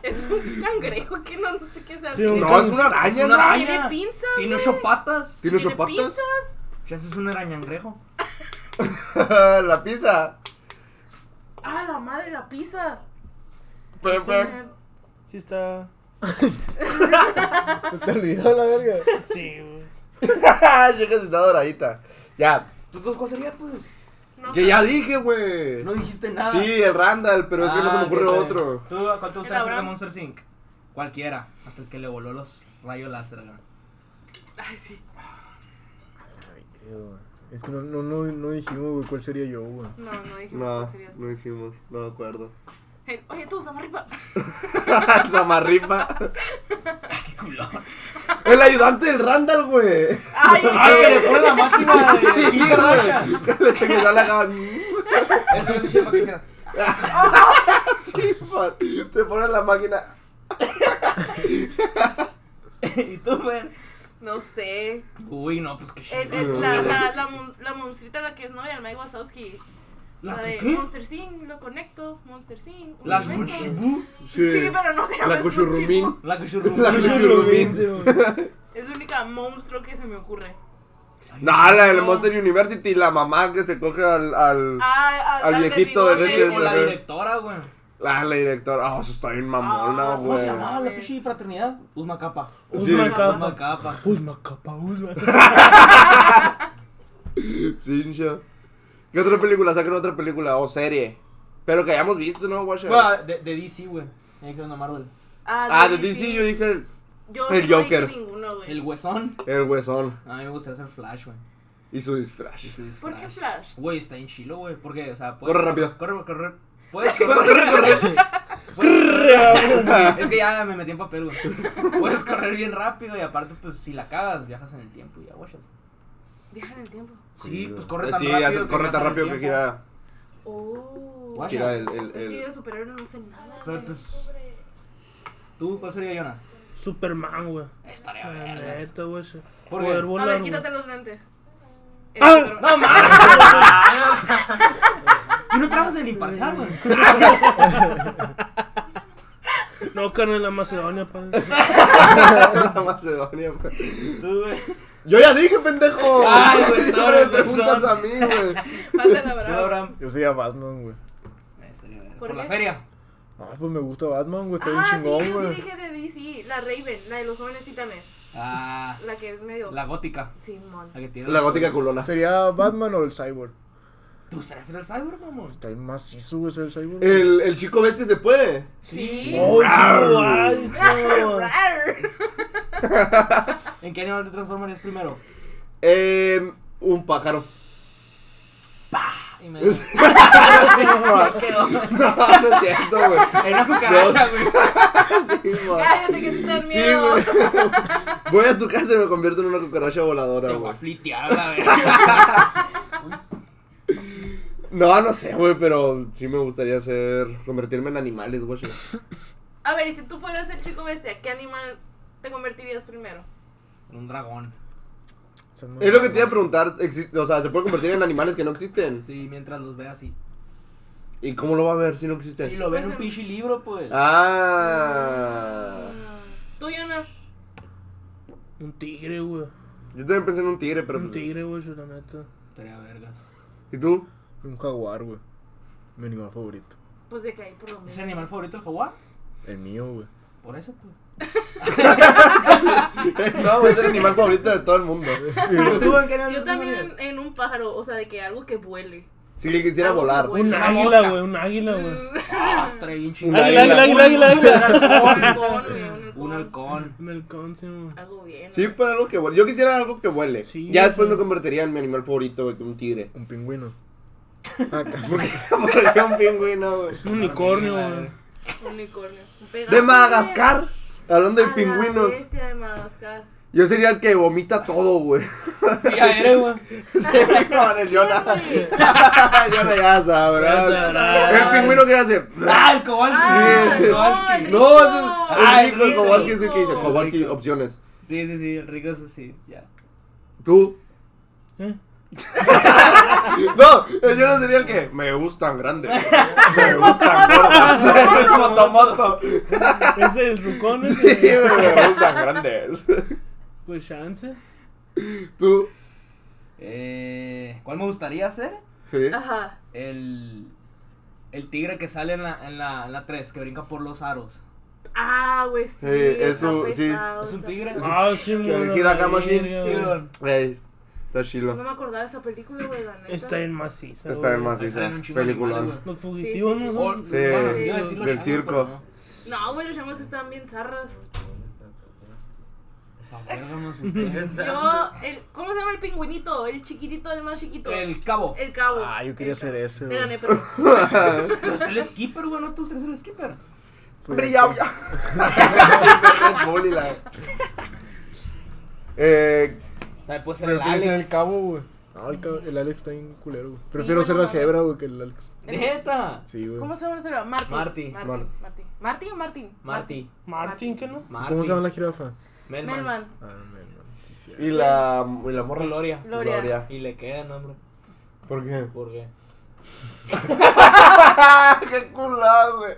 Speaker 2: Es un cangrejo que no, sé qué es
Speaker 3: Sí, un
Speaker 1: No, es una araña,
Speaker 4: Es una
Speaker 1: ¿no?
Speaker 4: araña.
Speaker 2: Tiene pinzas.
Speaker 4: Tiene ocho patas.
Speaker 1: ¿Tiene
Speaker 2: Tiene
Speaker 1: sopatas?
Speaker 2: pinzas.
Speaker 4: Chance es un arañangrejo.
Speaker 1: La pizza.
Speaker 2: Ah, la madre, la pizza.
Speaker 3: Sí está.
Speaker 5: Se te olvidó la verga.
Speaker 3: Sí, güey.
Speaker 1: Chica, está doradita. Ya.
Speaker 4: ¿Tú, tú cuál sería, pues?
Speaker 2: No,
Speaker 1: Que ya dije, güey.
Speaker 4: No dijiste nada.
Speaker 1: Sí, el Randall, pero es que no se me
Speaker 4: Ah,
Speaker 1: ocurre
Speaker 4: ok.
Speaker 1: otro.
Speaker 4: ¿Tú a cuál te gustaría
Speaker 2: El
Speaker 4: ser de
Speaker 2: Abraham.
Speaker 4: Monster Inc? Cualquiera. Hasta el que le voló los rayos láser, güey.
Speaker 2: Ay, sí.
Speaker 5: Es que no, no, no, no dijimos, güey, cuál sería yo, güey.
Speaker 2: No, no dijimos
Speaker 1: No,
Speaker 2: que serías tú.
Speaker 1: no dijimos, no me acuerdo.
Speaker 2: Hey, Oye, tú, Samarripa.
Speaker 1: Samarripa.
Speaker 4: Ah, ¡Qué culo!
Speaker 1: El ayudante del Randall, güey.
Speaker 2: Ay,
Speaker 4: ¡Ah, que le
Speaker 2: qué.
Speaker 4: pone la máquina de
Speaker 1: Sí,
Speaker 4: Peter Rasha!
Speaker 1: güey. Le tengo que dar la gana.
Speaker 4: Eso es chef que hicieras.
Speaker 1: Sí, pa- Te ponen la máquina.
Speaker 4: ¿Y tú, Fer?
Speaker 2: No sé.
Speaker 4: Uy, no, pues qué
Speaker 2: El-
Speaker 4: chido.
Speaker 2: el- la, la, la, mon- la monstrita la que es novia del Mike Wazowski.
Speaker 4: ¿La
Speaker 2: La
Speaker 4: que
Speaker 2: de
Speaker 4: qué?
Speaker 2: Monster Sing, lo conecto, Monster Sing. un
Speaker 4: ¿Las
Speaker 2: momento.
Speaker 4: Buchibu?
Speaker 2: Sí, pero no se llama
Speaker 1: La
Speaker 2: Smuchibú.
Speaker 1: cuchurrumín.
Speaker 4: ¿La Cuchurru?
Speaker 1: La
Speaker 3: Yo
Speaker 1: Cuchurru-
Speaker 3: lo vi, sí, güey.
Speaker 2: Es la única monstruo que se me ocurre.
Speaker 1: No, la del Monster University, la mamá que se coge al. al...
Speaker 2: Ah,
Speaker 1: Al
Speaker 2: la del
Speaker 1: viejito de
Speaker 2: bigote.
Speaker 1: Reyes,
Speaker 4: O la directora, güey.
Speaker 1: Ah, la directora. Ah, eso está bien mamona,
Speaker 2: Ah,
Speaker 4: ¿Cómo se
Speaker 1: güey.
Speaker 4: llamaba la pinche fraternidad? Uzma Capa.
Speaker 1: Sí.
Speaker 3: Uzma
Speaker 4: Uzma
Speaker 3: Capa.
Speaker 4: Capa.
Speaker 5: Uzma capa, Uzma capa.
Speaker 1: Cincha. ¿Qué otra película? Sacan otra película o serie. Pero que hayamos visto, ¿no, Ah, Washer?
Speaker 4: Bueno, de, de DC, güey. Ya dijeron a Marvel.
Speaker 1: Ah, de DC yo dije el,
Speaker 2: Yo
Speaker 1: el
Speaker 2: no
Speaker 1: Joker.
Speaker 2: dije ninguno, güey.
Speaker 4: El huesón.
Speaker 1: el huesón
Speaker 4: A mí me gustaría ser Flash, güey.
Speaker 1: y su disfraz.
Speaker 4: Y su
Speaker 2: ¿Por
Speaker 4: disfraz.
Speaker 2: qué Flash?
Speaker 4: Güey, está en chilo, güey. Porque, o sea,
Speaker 1: Corre rápido.
Speaker 4: Corre, corre. Puedes
Speaker 1: Corre,
Speaker 4: correr.
Speaker 1: corre.
Speaker 4: puedes correr. es que ya me metí en papel, güey. Puedes correr bien rápido y aparte, pues, si la cagas, viajas en el tiempo y ya guachas.
Speaker 2: Viaja en el tiempo.
Speaker 4: Sí, pues corre tan
Speaker 1: Sí,
Speaker 4: rápido.
Speaker 1: hace-
Speaker 4: que
Speaker 1: corre tan
Speaker 4: viaja en el
Speaker 1: rápido que
Speaker 4: tiempo.
Speaker 1: gira,
Speaker 2: Oh.
Speaker 4: Guay.
Speaker 1: gira el, el,
Speaker 2: Es que yo
Speaker 1: el-
Speaker 2: de superhéroes no sé nada.
Speaker 4: Pero,
Speaker 2: güey.
Speaker 4: pues, ¿tú cuál sería, Jonah?
Speaker 3: Superman, güey.
Speaker 4: Estaría
Speaker 3: La
Speaker 4: Ah, vergas.
Speaker 3: neta, güey.
Speaker 4: ¿Por qué?
Speaker 3: Poder
Speaker 2: A
Speaker 3: volar.
Speaker 2: ver,
Speaker 3: güey.
Speaker 2: quítate los lentes. Este, El Superman.
Speaker 4: ¡No mames! ¿Y no trabajas en imparcial, güey? Ah,
Speaker 3: No, carnal, la Macedonia, pa.
Speaker 1: la Macedonia. pues. güey.
Speaker 4: Tú, güey.
Speaker 1: Yo ya dije, pendejo.
Speaker 4: Ay, huesón,
Speaker 1: Siempre me
Speaker 4: huesón.
Speaker 1: preguntas a mí, güey.
Speaker 2: Falta la
Speaker 4: Tú,
Speaker 2: brava.
Speaker 4: Abraham.
Speaker 5: Yo sería Batman, güey.
Speaker 4: Eh, Estaría verga.
Speaker 2: ¿Por
Speaker 4: Por la
Speaker 2: qué?
Speaker 4: feria.
Speaker 5: Ah, pues me gusta Batman, güey. Está bien
Speaker 2: Ah, sí,
Speaker 5: chingón,
Speaker 2: yo sí
Speaker 5: güey.
Speaker 2: dije de DC. La Raven, la de los jóvenes titanes.
Speaker 4: Ah,
Speaker 2: La que es medio.
Speaker 4: la gótica.
Speaker 2: Sí, mon.
Speaker 4: La que tiene.
Speaker 1: La gótica culona.
Speaker 5: ¿Sería Batman o el Cyborg?
Speaker 4: ¿Tú serás el cyber, mamón?
Speaker 5: Está bien macizo, güey, ser el Cyborg.
Speaker 1: El, el chico bestia se puede.
Speaker 2: Sí.
Speaker 3: ¡Oh,
Speaker 1: Rar.
Speaker 3: chico, ay, esto.
Speaker 2: Rar.
Speaker 4: ¿En qué animal te transformarías primero?
Speaker 1: En un pájaro.
Speaker 4: Ah, y me. Sí, me quedó.
Speaker 1: No, no es cierto, güey.
Speaker 4: En una cucaracha, güey.
Speaker 1: Sí, mo.
Speaker 2: Cállate que te dan
Speaker 1: Sí,
Speaker 2: miedo.
Speaker 1: güey. Voy a tu casa y me convierto en una cucaracha voladora,
Speaker 4: Te voy a
Speaker 1: güey.
Speaker 4: flitear, la verga.
Speaker 1: No, no sé, güey, pero sí me gustaría ser. convertirme en animales, güey.
Speaker 2: a ver, y si tú fueras el chico bestia, ¿qué animal te convertirías primero?
Speaker 4: Un dragón.
Speaker 1: Es lo que te iba a preguntar. existe- O sea, ¿se puede convertir en animales que no existen?
Speaker 4: Sí, mientras los veas así.
Speaker 1: ¿Y cómo lo va a ver si no existen?
Speaker 4: Si lo ven en un
Speaker 2: Pues,
Speaker 4: pinche libro, pues.
Speaker 1: Ah.
Speaker 2: Tú, Yona.
Speaker 3: Un tigre, güey.
Speaker 1: Yo también pensé en un tigre, pero.
Speaker 3: Un
Speaker 1: pues-
Speaker 3: tigre, güey, yo, la neta.
Speaker 4: Tarea vergas.
Speaker 1: ¿Y tú?
Speaker 5: Un jaguar, güey. Mi animal favorito.
Speaker 2: Pues de que ahí por lo
Speaker 4: ¿Es
Speaker 2: menos.
Speaker 4: el animal favorito el jaguar?
Speaker 5: El mío, güey.
Speaker 4: Por eso, pues.
Speaker 1: no, es el animal favorito de todo el mundo.
Speaker 4: ¿Y Ah, tú, en qué animal
Speaker 2: Yo
Speaker 4: te
Speaker 2: también
Speaker 4: conviertes?
Speaker 2: en, en un pájaro, o sea, de que algo que vuele.
Speaker 1: Si le quisiera
Speaker 2: Algo que
Speaker 1: volar.
Speaker 2: vuele.
Speaker 3: Un
Speaker 4: Una
Speaker 3: águila,
Speaker 4: mosca.
Speaker 3: güey, un águila, güey.
Speaker 4: Ah, estaré bien chingón.
Speaker 1: Un
Speaker 3: Águila, águila, águila, águila, águila.
Speaker 2: Un halcón, güey, un halcón.
Speaker 4: Un halcón.
Speaker 3: Me alcance, güey.
Speaker 2: Algo bien.
Speaker 1: Sí, pues algo que huele. Yo quisiera algo que huele.
Speaker 3: Sí,
Speaker 1: ya después
Speaker 3: sí.
Speaker 1: me convertiría en mi animal favorito, güey, que un tigre.
Speaker 5: Un pingüino. Ah,
Speaker 1: ¿Por qué? ¿Por qué un pingüino, güey?
Speaker 3: Un unicornio,
Speaker 4: Ah,
Speaker 1: eh.
Speaker 3: güey.
Speaker 2: Un unicornio. Un pegaso,
Speaker 1: De
Speaker 2: güey.
Speaker 1: Madagascar. Hablando de
Speaker 2: A la
Speaker 1: pingüinos.
Speaker 2: bestia de Madagascar.
Speaker 1: Yo sería el que vomita todo, güey.
Speaker 4: Ya eres, güey.
Speaker 1: Con el Jonah.
Speaker 2: ¿Quién,
Speaker 1: Jonah ya
Speaker 3: Ya
Speaker 1: sabrá.
Speaker 3: sabrás.
Speaker 1: El pingüino que hace.
Speaker 4: ¡Ah, el Kowalski!
Speaker 2: Ah,
Speaker 4: el
Speaker 2: no,
Speaker 4: Kowalski.
Speaker 2: el-
Speaker 1: No, ese es
Speaker 2: Ah,
Speaker 1: el rico, el
Speaker 4: rico.
Speaker 1: Kowalski es el que dice.
Speaker 2: Rico.
Speaker 1: Kowalski, opciones.
Speaker 4: Sí, sí, sí, el rico es así, ya.
Speaker 1: Tú.
Speaker 3: ¿Eh?
Speaker 1: No, el Jonah sería el que. Me gustan grandes. Me gustan gordas. Moto, moto.
Speaker 3: Es el rucón,
Speaker 1: Sí,
Speaker 3: ese, güey.
Speaker 1: güey, me gustan grandes.
Speaker 3: Pues chance.
Speaker 1: Tú.
Speaker 4: Eh, ¿Cuál me gustaría hacer?
Speaker 1: Sí.
Speaker 2: Ajá.
Speaker 4: El, el tigre que sale en la, en, la, en la 3, que brinca por los aros.
Speaker 2: Ah, güey, sí.
Speaker 1: Sí, es
Speaker 2: está
Speaker 1: un- sí.
Speaker 2: pesado,
Speaker 4: Es un
Speaker 2: está
Speaker 4: tigre.
Speaker 2: pesado.
Speaker 3: Ah, sí,
Speaker 1: Que
Speaker 3: güey,
Speaker 1: me gira
Speaker 3: la
Speaker 1: acá, machine.
Speaker 3: verga,
Speaker 4: Sí,
Speaker 3: güey.
Speaker 4: weón.
Speaker 1: Ey, está chilo.
Speaker 2: No me acordaba de esa película, güey, la neta.
Speaker 3: Está en maciza.
Speaker 1: Está bien
Speaker 3: güey.
Speaker 4: Ahí
Speaker 1: macizo.
Speaker 4: salen un chingo de
Speaker 1: Peliculón.
Speaker 4: animales,
Speaker 3: Los fugitivos
Speaker 2: Sí, sí,
Speaker 3: no
Speaker 2: sí.
Speaker 4: güey. O-
Speaker 3: son.
Speaker 1: Sí,
Speaker 4: bueno, iba a decir los
Speaker 1: del
Speaker 4: changos,
Speaker 1: circo.
Speaker 4: pero no.
Speaker 2: No, güey, los llamas estaban bien zarras.
Speaker 4: La verga me asusté.
Speaker 2: Yo, el, ¿cómo se llama el pingüinito? El chiquitito, el más chiquito.
Speaker 4: El cabo.
Speaker 2: El cabo.
Speaker 5: Ah, yo quería
Speaker 2: El cabo.
Speaker 5: ser ese,
Speaker 2: Te
Speaker 5: güey.
Speaker 2: gané, perro.
Speaker 4: Pero usted el skipper, güey, no tú usted es el skipper.
Speaker 1: Brillado ya. Bully, la- Eh,
Speaker 4: También puede ser
Speaker 5: Pero
Speaker 4: el
Speaker 5: quiero
Speaker 4: Alex.
Speaker 5: ser el cabo, güey. No, el, cabo- el Alex está bien culero, güey. Prefiero
Speaker 2: bueno,
Speaker 5: ser la
Speaker 2: mames.
Speaker 5: cebra, güey, que el Alex.
Speaker 4: ¡Neta!
Speaker 5: Sí, güey.
Speaker 2: ¿Cómo se llama ese? Martín.
Speaker 4: Marty.
Speaker 2: Martín. Martín. Martín o Martín.
Speaker 4: Marty.
Speaker 3: Martín, ¿qué no?
Speaker 4: Marty.
Speaker 5: ¿Cómo se llama la jirafa?
Speaker 4: Melman.
Speaker 2: Melman.
Speaker 5: Ah, no, no, sí, sí.
Speaker 1: y la, y la
Speaker 4: Por
Speaker 1: morra lo.
Speaker 4: Gloria.
Speaker 2: Gloria.
Speaker 1: Gloria.
Speaker 4: Y le queda el nombre.
Speaker 1: ¿Por qué?
Speaker 4: ¿Por qué?
Speaker 1: ¡Qué culado, güey!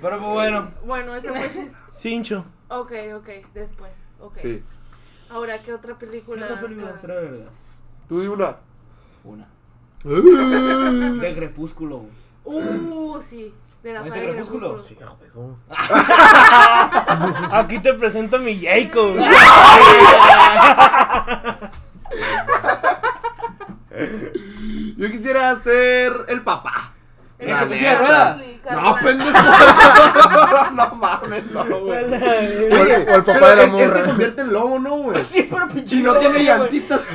Speaker 4: Pero pues bueno.
Speaker 2: Bueno, ese fue chiste.
Speaker 3: Cincho.
Speaker 2: Ok, ok, después. Ok.
Speaker 1: Sí.
Speaker 2: Ahora, ¿qué otra
Speaker 4: ¿Qué
Speaker 2: película?
Speaker 4: es la película
Speaker 2: acá?
Speaker 4: será vergas?
Speaker 1: Tú di una.
Speaker 4: Una. De Crepúsculo, güey.
Speaker 2: Uh, sí. De la
Speaker 4: ¿Viste
Speaker 2: saga de
Speaker 4: este
Speaker 2: Crepúsculo.
Speaker 4: Crepúsculo?
Speaker 5: Sí, a huevo.
Speaker 3: Aquí te presento a mi Jacob.
Speaker 1: Yo quisiera ser el papá.
Speaker 2: El
Speaker 1: La
Speaker 2: que se
Speaker 1: neta.
Speaker 4: de ruedas.
Speaker 2: Sí,
Speaker 1: No,
Speaker 2: carnal.
Speaker 1: pendejo. no mames, no, güey.
Speaker 5: O el, o el papá de la
Speaker 1: Él, él se
Speaker 5: morra.
Speaker 1: convierte en lobo, ¿no, güey?
Speaker 4: Sí, pero pinche.
Speaker 1: Y no tiene llantitas.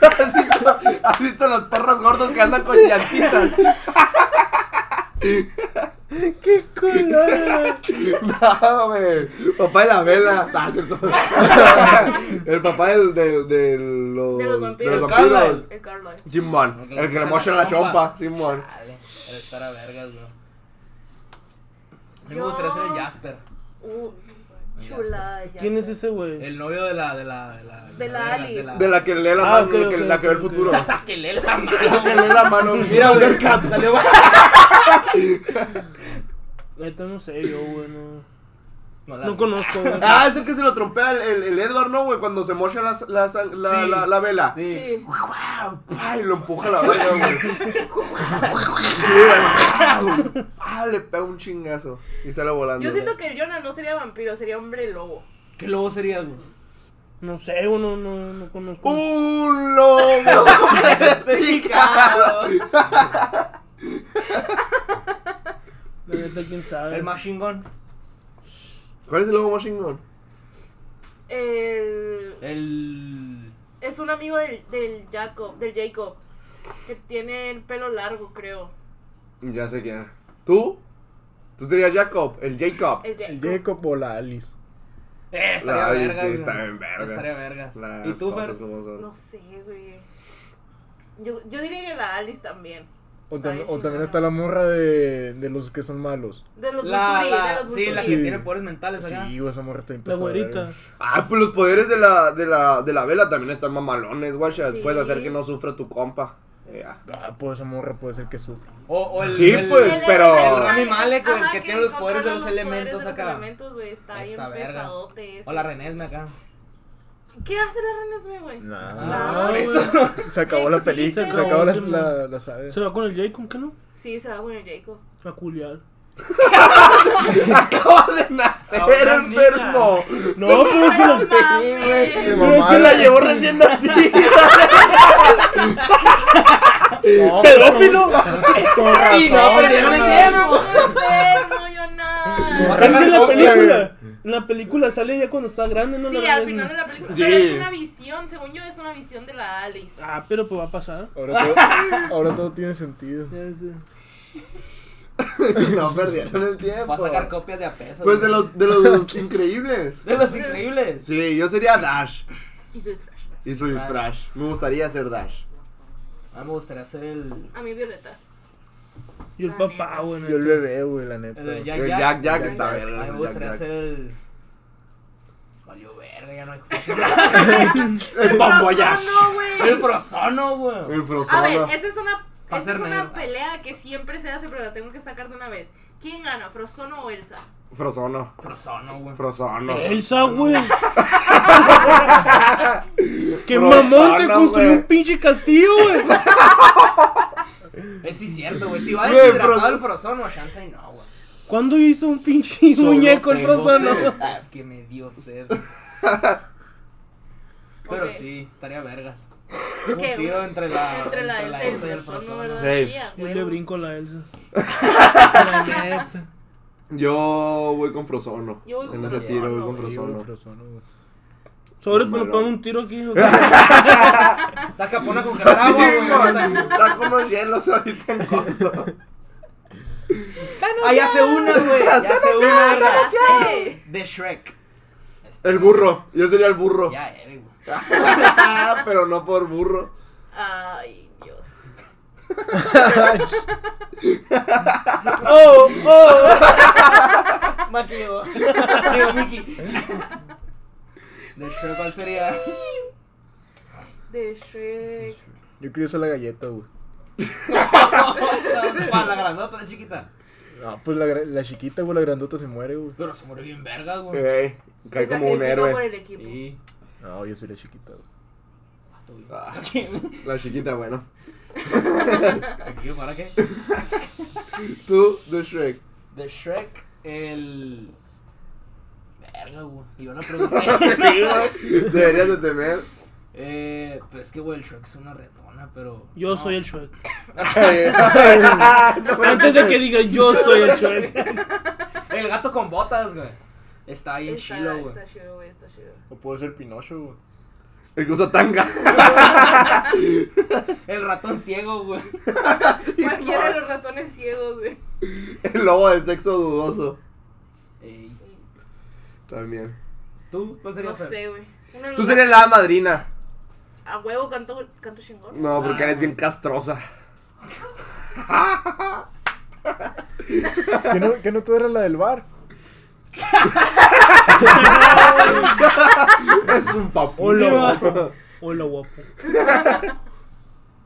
Speaker 1: ¿Has visto, has visto los perros gordos que andan con llantitas?
Speaker 3: ¡Qué culero!
Speaker 1: No, güey. Papá de la vela. Ah, cierto. El papá del, del, del- los,
Speaker 2: De los vampiros.
Speaker 1: de los vampiros.
Speaker 2: El Carlos.
Speaker 1: Simón. El que le mocha la chompa. Simón.
Speaker 4: Dale, pero estar a vergas, güey. A mí me
Speaker 2: Yo-
Speaker 4: gustaría ser el Jasper.
Speaker 2: Uh, chula. ya
Speaker 3: ¿Quién es
Speaker 2: sé.
Speaker 3: ese güey?
Speaker 4: El novio de la. De la. De la,
Speaker 2: De la Alice.
Speaker 1: De la que lee la
Speaker 3: Ah,
Speaker 1: mano,
Speaker 3: ok,
Speaker 1: que,
Speaker 3: ok,
Speaker 1: la que ve el
Speaker 3: ok, ok.
Speaker 1: futuro.
Speaker 4: La que lee la
Speaker 1: La
Speaker 4: mano.
Speaker 1: que lee la mano. Mira,
Speaker 4: Mira,
Speaker 1: un
Speaker 4: güey.
Speaker 1: cap.
Speaker 4: Salió
Speaker 3: Neta, no sé, yo, güey. No,
Speaker 4: la-
Speaker 3: no conozco, güey.
Speaker 1: Ah, es el que se lo trompea el, el, el Edward, ¿no, güey? Cuando se mocha la, la, sang- la,
Speaker 4: Sí.
Speaker 1: la, la vela.
Speaker 4: Sí.
Speaker 2: Sí.
Speaker 1: ¡Guau! ¡Pah! Y lo empuja a la verga, güey. Sí, güey. ¡Ah! Le pega un chingazo. Y sale volando.
Speaker 2: Yo siento que el Jonah no sería vampiro, sería hombre lobo.
Speaker 4: ¿Qué lobo serías, güey?
Speaker 3: No sé, güey, no, no, no conozco.
Speaker 1: Uh. ¡Un lobo!
Speaker 4: Pesticado.
Speaker 3: La neta, quién sabe.
Speaker 4: El más chingón.
Speaker 1: ¿Cuál es el lobo más chingón?
Speaker 2: El-
Speaker 4: El.
Speaker 2: es un amigo del, del Jacob, del Jacob, que tiene el pelo largo, creo.
Speaker 1: Ya sé quién. ¿Tú? Tú serías Jacob, el Jacob.
Speaker 2: El Jacob.
Speaker 5: El Jacob o la Alice.
Speaker 4: Eh, estaría
Speaker 1: Ay,
Speaker 4: vergas.
Speaker 1: sí,
Speaker 4: güey.
Speaker 1: está bien vergas.
Speaker 4: Estaría vergas.
Speaker 1: Las
Speaker 4: ¿Y tú,
Speaker 1: cosas
Speaker 4: Fer?
Speaker 1: como son.
Speaker 2: No sé, güey. Yo, yo diría que la Alice también.
Speaker 5: O,
Speaker 2: Está
Speaker 5: tam-
Speaker 2: bien
Speaker 5: o también
Speaker 2: chingona.
Speaker 5: está la morra de, de los que son malos.
Speaker 2: De los
Speaker 4: La,
Speaker 2: Vulturi,
Speaker 4: la-
Speaker 2: de los
Speaker 4: sí, la
Speaker 2: Vulturi.
Speaker 4: que
Speaker 5: Sí.
Speaker 4: tiene poderes mentales acá.
Speaker 5: Sí, güey, esa morra está bien
Speaker 3: La
Speaker 5: pesada,
Speaker 3: güerita.
Speaker 5: güey.
Speaker 1: Ah, pues los poderes de la, de la, de la vela también están mamalones, guacha. Después de
Speaker 2: Sí.
Speaker 1: hacer que no sufra tu compa. Eh, Ya.
Speaker 5: Ah, pues esa morra puede ser que sufra.
Speaker 4: O, o el.
Speaker 1: Sí,
Speaker 4: el-
Speaker 1: pues,
Speaker 2: El-
Speaker 1: pero-
Speaker 2: el- el-
Speaker 4: Rami
Speaker 2: el-
Speaker 4: Malek, güey, el
Speaker 2: ajá,
Speaker 4: que tiene los poderes de
Speaker 2: controla
Speaker 4: los elementos
Speaker 2: de los
Speaker 4: acá.
Speaker 2: elementos, güey, está bien
Speaker 4: Está vergas.
Speaker 2: pesadote eso.
Speaker 4: O la Renesme acá.
Speaker 2: ¿Qué hace la Renesme, güey?
Speaker 5: Nah.
Speaker 2: Ah,
Speaker 3: No,
Speaker 4: por
Speaker 3: güey.
Speaker 4: eso.
Speaker 5: Se acabó la
Speaker 2: existe,
Speaker 5: película, se
Speaker 3: güey.
Speaker 5: acabó la,
Speaker 3: Sí, güey.
Speaker 5: la, la saga.
Speaker 3: Se va con el Jacob, ¿qué no?
Speaker 2: Sí, se va con el Jacob.
Speaker 3: A culiar.
Speaker 1: Acaba de nacer,
Speaker 4: Ahora
Speaker 1: enfermo.
Speaker 3: No, pero es que la-
Speaker 2: No mames.
Speaker 5: Qué
Speaker 1: Pero es que
Speaker 5: mamada.
Speaker 1: la llevó recién nacida.
Speaker 3: ¡Pedófilo!
Speaker 5: Con
Speaker 4: Sí, no,
Speaker 5: razón,
Speaker 4: perdieron el
Speaker 5: güey.
Speaker 4: tiempo.
Speaker 2: enfermo, yo nada.
Speaker 3: Es que en la
Speaker 4: Copia,
Speaker 3: película. En la película sale ya cuando está grande, ¿no?
Speaker 2: Sí,
Speaker 3: La-
Speaker 2: al final de la película.
Speaker 1: Sí.
Speaker 2: Pero es una visión, según yo, es una visión de la Alice.
Speaker 3: Ah, pero pues va a pasar.
Speaker 5: Ahora todo, ahora todo tiene sentido.
Speaker 3: Ya sé.
Speaker 1: no perdieron el tiempo.
Speaker 4: Va a sacar copias de apesos.
Speaker 1: Pues de los, de los increíbles.
Speaker 4: De los increíbles.
Speaker 1: Sí, yo sería Dash.
Speaker 2: Y su disfraz.
Speaker 1: Y soy
Speaker 4: Dash.
Speaker 1: Flash. Me gustaría ser Dash.
Speaker 4: A mí me gustaría ser el.
Speaker 2: A mí Violeta.
Speaker 3: Y el
Speaker 2: La
Speaker 3: papá,
Speaker 2: neta.
Speaker 3: güey.
Speaker 5: Yo el bebé, güey, la neta.
Speaker 4: El Jack
Speaker 1: El Jack
Speaker 4: Jack.
Speaker 1: Jack
Speaker 2: Jack
Speaker 1: está
Speaker 2: Jack.
Speaker 1: verga.
Speaker 4: A mí
Speaker 1: el
Speaker 4: me gustaría
Speaker 1: Jack
Speaker 4: ser
Speaker 1: Jack.
Speaker 4: el. Valió verga, ya no hay.
Speaker 1: El Bomboyash.
Speaker 2: Prosono, güey.
Speaker 4: El prosono, güey.
Speaker 1: El Frozono.
Speaker 2: A ver, esa es una,
Speaker 4: Pa'
Speaker 2: esa es
Speaker 4: ser
Speaker 2: una
Speaker 4: negro.
Speaker 2: pelea que siempre se hace, pero la tengo que sacar de una vez. ¿Quién gana, Frozono o Elsa?
Speaker 1: Frozono.
Speaker 4: Prosono, güey.
Speaker 1: Frozono.
Speaker 3: Elsa, güey. ¡Qué
Speaker 1: Rosana,
Speaker 3: mamón te construyó
Speaker 1: güey.
Speaker 3: un pinche castillo, güey!
Speaker 4: Es sí, cierto, güey. Si va
Speaker 1: Güey,
Speaker 4: deshidratado
Speaker 1: prosono.
Speaker 4: el prosono, a chance y no, güey.
Speaker 3: ¿Cuándo hizo un pinche
Speaker 1: Solo
Speaker 3: muñeco el
Speaker 1: tengo
Speaker 3: Frozono?
Speaker 1: sed.
Speaker 4: Es que me dio sed. Pero
Speaker 2: Ok.
Speaker 4: sí, estaría vergas. Un
Speaker 2: ¿Qué,
Speaker 4: tiro
Speaker 2: güey?
Speaker 4: entre la.
Speaker 2: Entre la Elsa y el
Speaker 4: persona.
Speaker 2: Frozono, ¿verdad?
Speaker 1: Hey.
Speaker 2: Sí, a
Speaker 3: Yo le
Speaker 2: huevo.
Speaker 3: brinco a la Elsa. La neta.
Speaker 1: Yo voy con Frozono.
Speaker 2: Yo voy con
Speaker 1: en ese
Speaker 2: Frozono,
Speaker 1: tiro voy con
Speaker 2: güey.
Speaker 5: Sí, güey,
Speaker 1: Frozono.
Speaker 5: Frozono, güey.
Speaker 3: Sobre,
Speaker 1: Malo.
Speaker 3: pero ponme un tiro aquí. ¿o qué?
Speaker 4: Saca pona con
Speaker 1: Así,
Speaker 4: caragua, güey.
Speaker 1: güey, Saco unos hielos ahorita en corto.
Speaker 4: Ah, ya hace una, güey. Ya hace una.
Speaker 2: Ay,
Speaker 4: verga.
Speaker 2: ya sé.
Speaker 4: De Shrek. Este,
Speaker 1: El burro. Yo sería el burro.
Speaker 4: Ya eres, güey.
Speaker 3: Ah.
Speaker 1: Pero no por burro.
Speaker 2: Ay, Dios.
Speaker 3: ¡Oh! ¡Oh!
Speaker 4: Maquillo. Digo, Mickey. De Shrek, ¿cuál sería?
Speaker 2: De Shrek.
Speaker 5: Yo quiero usar la galleta, güey.
Speaker 4: Para la grandota, la chiquita.
Speaker 5: Ah, pues la, gra- la chiquita, güey, la grandota se muere, güey.
Speaker 4: Pero se murió bien verga, güey.
Speaker 3: Eh.
Speaker 1: Ey, cae
Speaker 2: Se
Speaker 1: como un
Speaker 2: sacrificó por
Speaker 1: héroe.
Speaker 2: el equipo.
Speaker 4: Sí.
Speaker 5: No, yo soy la chiquita, güey.
Speaker 1: Ah, la chiquita, bueno.
Speaker 4: Aquí, ¿Para qué?
Speaker 1: Tú, The Shrek.
Speaker 4: De Shrek, el. Verga, güey. Yo no pregunté.
Speaker 1: Deberías de tener.
Speaker 4: eh, pues es que, güey, el Shrek es una retona, pero.
Speaker 3: Yo
Speaker 4: no.
Speaker 3: soy el Shrek.
Speaker 1: No, pero-
Speaker 3: Antes de que diga yo soy el Shrek.
Speaker 4: El gato con botas, güey. Está ahí en
Speaker 2: Está,
Speaker 4: chilo, güey.
Speaker 2: está chido, güey, está chido.
Speaker 5: O puedo ser Pinocho, güey.
Speaker 1: El que usa tanga.
Speaker 4: El ratón ciego, güey.
Speaker 2: Cualquiera de los ratones ciegos, güey.
Speaker 1: El lobo de sexo dudoso.
Speaker 4: Ey,
Speaker 1: También.
Speaker 4: ¿Tú? ¿Cuál sería
Speaker 2: No
Speaker 4: Fer?
Speaker 2: sé, güey. Uno de
Speaker 1: Tú
Speaker 2: los-
Speaker 1: serías la madrina.
Speaker 2: A huevo canto, canto chingón.
Speaker 1: No, porque eres bien castrosa.
Speaker 5: ¿Que no, que no tú eras la del bar?
Speaker 1: Es un papu.
Speaker 3: Hola, guapo. Hola, guapo.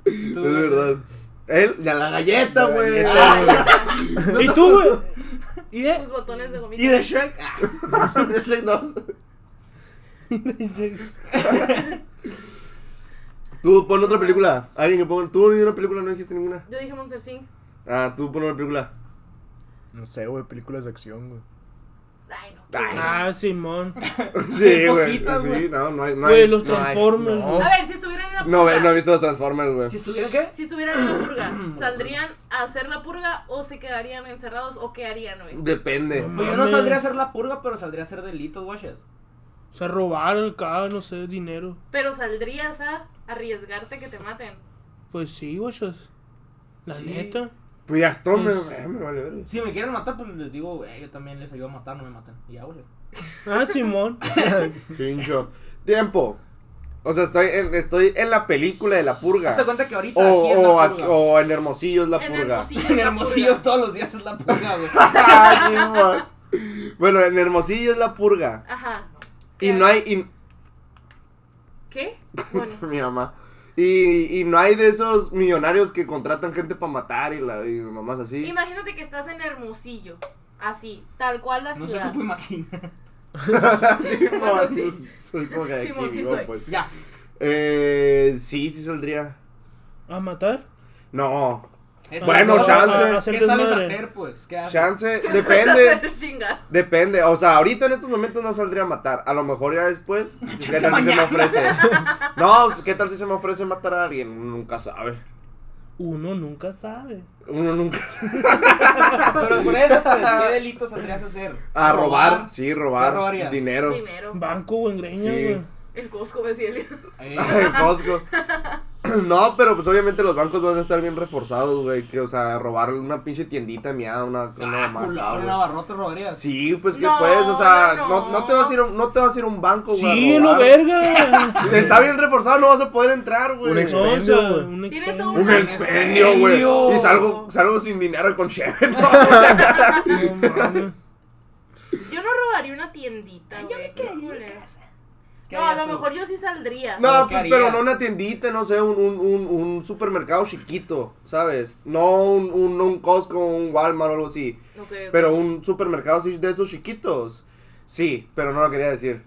Speaker 1: Es verdad. Él, ya la galleta,
Speaker 5: La
Speaker 1: güey.
Speaker 5: galleta,
Speaker 1: Ay,
Speaker 3: ¿Y tú, güey? ¿Y
Speaker 2: Tus
Speaker 3: de?
Speaker 2: botones de gomita.
Speaker 4: ¿Y de Shrek? Ah,
Speaker 1: The Shrek 2. Tú pon otra película. Alguien que ponga. Tú ni una película, no dijiste ninguna.
Speaker 2: Yo dije Monster Sing.
Speaker 1: Ah, tú pon una película.
Speaker 5: No sé, güey, películas de acción, güey.
Speaker 2: Ay, no.
Speaker 1: Ay.
Speaker 3: Ah, Simón.
Speaker 1: Sí, güey.
Speaker 4: poquitas,
Speaker 1: Sí,
Speaker 4: güey.
Speaker 1: no, no hay. No
Speaker 3: Güey,
Speaker 1: hay-
Speaker 3: los
Speaker 1: no hay.
Speaker 3: Transformers.
Speaker 5: no.
Speaker 3: güey.
Speaker 2: A ver, si estuvieran en la
Speaker 1: No,
Speaker 2: purga,
Speaker 1: güey, no he visto los Transformers,
Speaker 4: ¿Si
Speaker 1: güey.
Speaker 4: estuviera qué?
Speaker 2: si estuvieran en la purga, ¿saldrían a hacer la purga o se quedarían encerrados o qué harían, güey?
Speaker 1: Depende.
Speaker 4: Pues yo no
Speaker 3: Mames.
Speaker 4: saldría a hacer la purga, pero saldría a hacer delitos, güey.
Speaker 3: O sea, robar acá, no sé, dinero.
Speaker 2: Pero saldrías a arriesgarte que te maten.
Speaker 3: Pues sí, guachas. La
Speaker 4: Sí.
Speaker 3: neta.
Speaker 1: Pues ya estoy, me,
Speaker 3: Es-
Speaker 1: eh, me vale ver.
Speaker 4: Si me quieren matar, pues les digo, eh, yo también les ayudo a matar, no me matan. Y ya, güey.
Speaker 3: Ah, Simón.
Speaker 1: Pincho. Tiempo. O sea, estoy en, estoy en la película de la
Speaker 4: Hazte
Speaker 1: purga.
Speaker 4: cuenta que
Speaker 1: O,
Speaker 4: ahorita aquí es
Speaker 1: o,
Speaker 4: la
Speaker 1: aquí-
Speaker 4: purga.
Speaker 1: o en Hermosillo es la
Speaker 2: En
Speaker 1: purga.
Speaker 2: Hermosillo.
Speaker 4: En
Speaker 2: es la
Speaker 4: Hermosillo
Speaker 2: purga.
Speaker 4: todos los días es la purga, güey.
Speaker 1: Ah, Simón. bueno, en Hermosillo es la purga.
Speaker 2: Ajá.
Speaker 1: Y no hay. y-
Speaker 2: ¿Qué? Bueno.
Speaker 1: mi mamá. Y, y no hay de esos millonarios que contratan gente para matar y, la, y mamás así.
Speaker 2: Imagínate que estás en Hermosillo. Así, tal cual la
Speaker 4: No se
Speaker 2: ciudad.
Speaker 4: ocupa imaginar.
Speaker 1: Simón,
Speaker 2: Bueno, sí.
Speaker 1: Soy como que de
Speaker 2: Simón,
Speaker 1: aquí,
Speaker 2: sí
Speaker 1: ¿no?
Speaker 2: soy.
Speaker 1: Pues.
Speaker 4: Ya.
Speaker 1: Eh, sí, sí saldría.
Speaker 3: ¿A matar?
Speaker 1: No.
Speaker 4: Eso
Speaker 1: Bueno,
Speaker 4: es todo.
Speaker 1: chance.
Speaker 3: hacer
Speaker 4: ¿Qué sabes
Speaker 3: desmadre.
Speaker 4: hacer, pues? ¿Qué haces?
Speaker 1: Chance,
Speaker 2: Vas a
Speaker 1: depende.
Speaker 2: hacer chingar.
Speaker 1: Depende, o sea, ahorita en estos momentos no saldría a matar. A lo mejor ya después, ¿qué tal si se me
Speaker 4: mañana.
Speaker 1: ofrece? No, pues, ¿qué tal si se me ofrece matar a alguien? Uno nunca sabe.
Speaker 3: Uno nunca sabe.
Speaker 1: Uno nunca.
Speaker 4: Pero por eso, pues, ¿qué delito saldrías a hacer?
Speaker 1: A robar, sí,
Speaker 4: ¿Qué
Speaker 1: robar.
Speaker 4: robarías?
Speaker 1: Dinero.
Speaker 2: Dinero.
Speaker 3: Banco o engreña,
Speaker 1: Sí.
Speaker 3: güey.
Speaker 2: El Costco, decía Elio.
Speaker 4: Eh,
Speaker 1: En Costco. No, pero pues obviamente los bancos van a estar bien reforzados, güey. Que, o sea, robar una pinche tiendita miada, una, una
Speaker 4: ah,
Speaker 1: marca,
Speaker 4: culado,
Speaker 1: güey.
Speaker 4: un abarrote robarías.
Speaker 1: Sí, pues que
Speaker 2: No,
Speaker 1: puedes, o sea,
Speaker 2: no,
Speaker 1: no,
Speaker 2: no.
Speaker 1: no te vas a ir a un, no te vas a ir a un banco, güey. a
Speaker 3: Sí, lo
Speaker 1: robar.
Speaker 3: verga.
Speaker 1: Está bien reforzado, no vas a poder entrar, güey.
Speaker 5: Un
Speaker 3: No, o
Speaker 5: Expendio,
Speaker 3: sea,
Speaker 5: güey.
Speaker 3: un
Speaker 2: Tienes todo
Speaker 3: expendio.
Speaker 1: Un expendio, güey. Y salgo, salgo sin dinero y con cheve, ¿no?
Speaker 3: No mames.
Speaker 2: Yo no robaría una tiendita. Yo me
Speaker 4: ¿Qué
Speaker 2: No, a
Speaker 4: harías
Speaker 2: lo
Speaker 4: tú?
Speaker 2: mejor yo sí saldría.
Speaker 1: No,
Speaker 4: ¿Pero qué
Speaker 1: pues, pero
Speaker 4: harías?
Speaker 1: no una tiendita, no sé, un, un, un, un supermercado chiquito, ¿sabes? No un, un, un Costco, un Walmart o algo así.
Speaker 2: Ok, ok.
Speaker 1: Pero un supermercado así de esos chiquitos. Sí, pero no lo quería decir.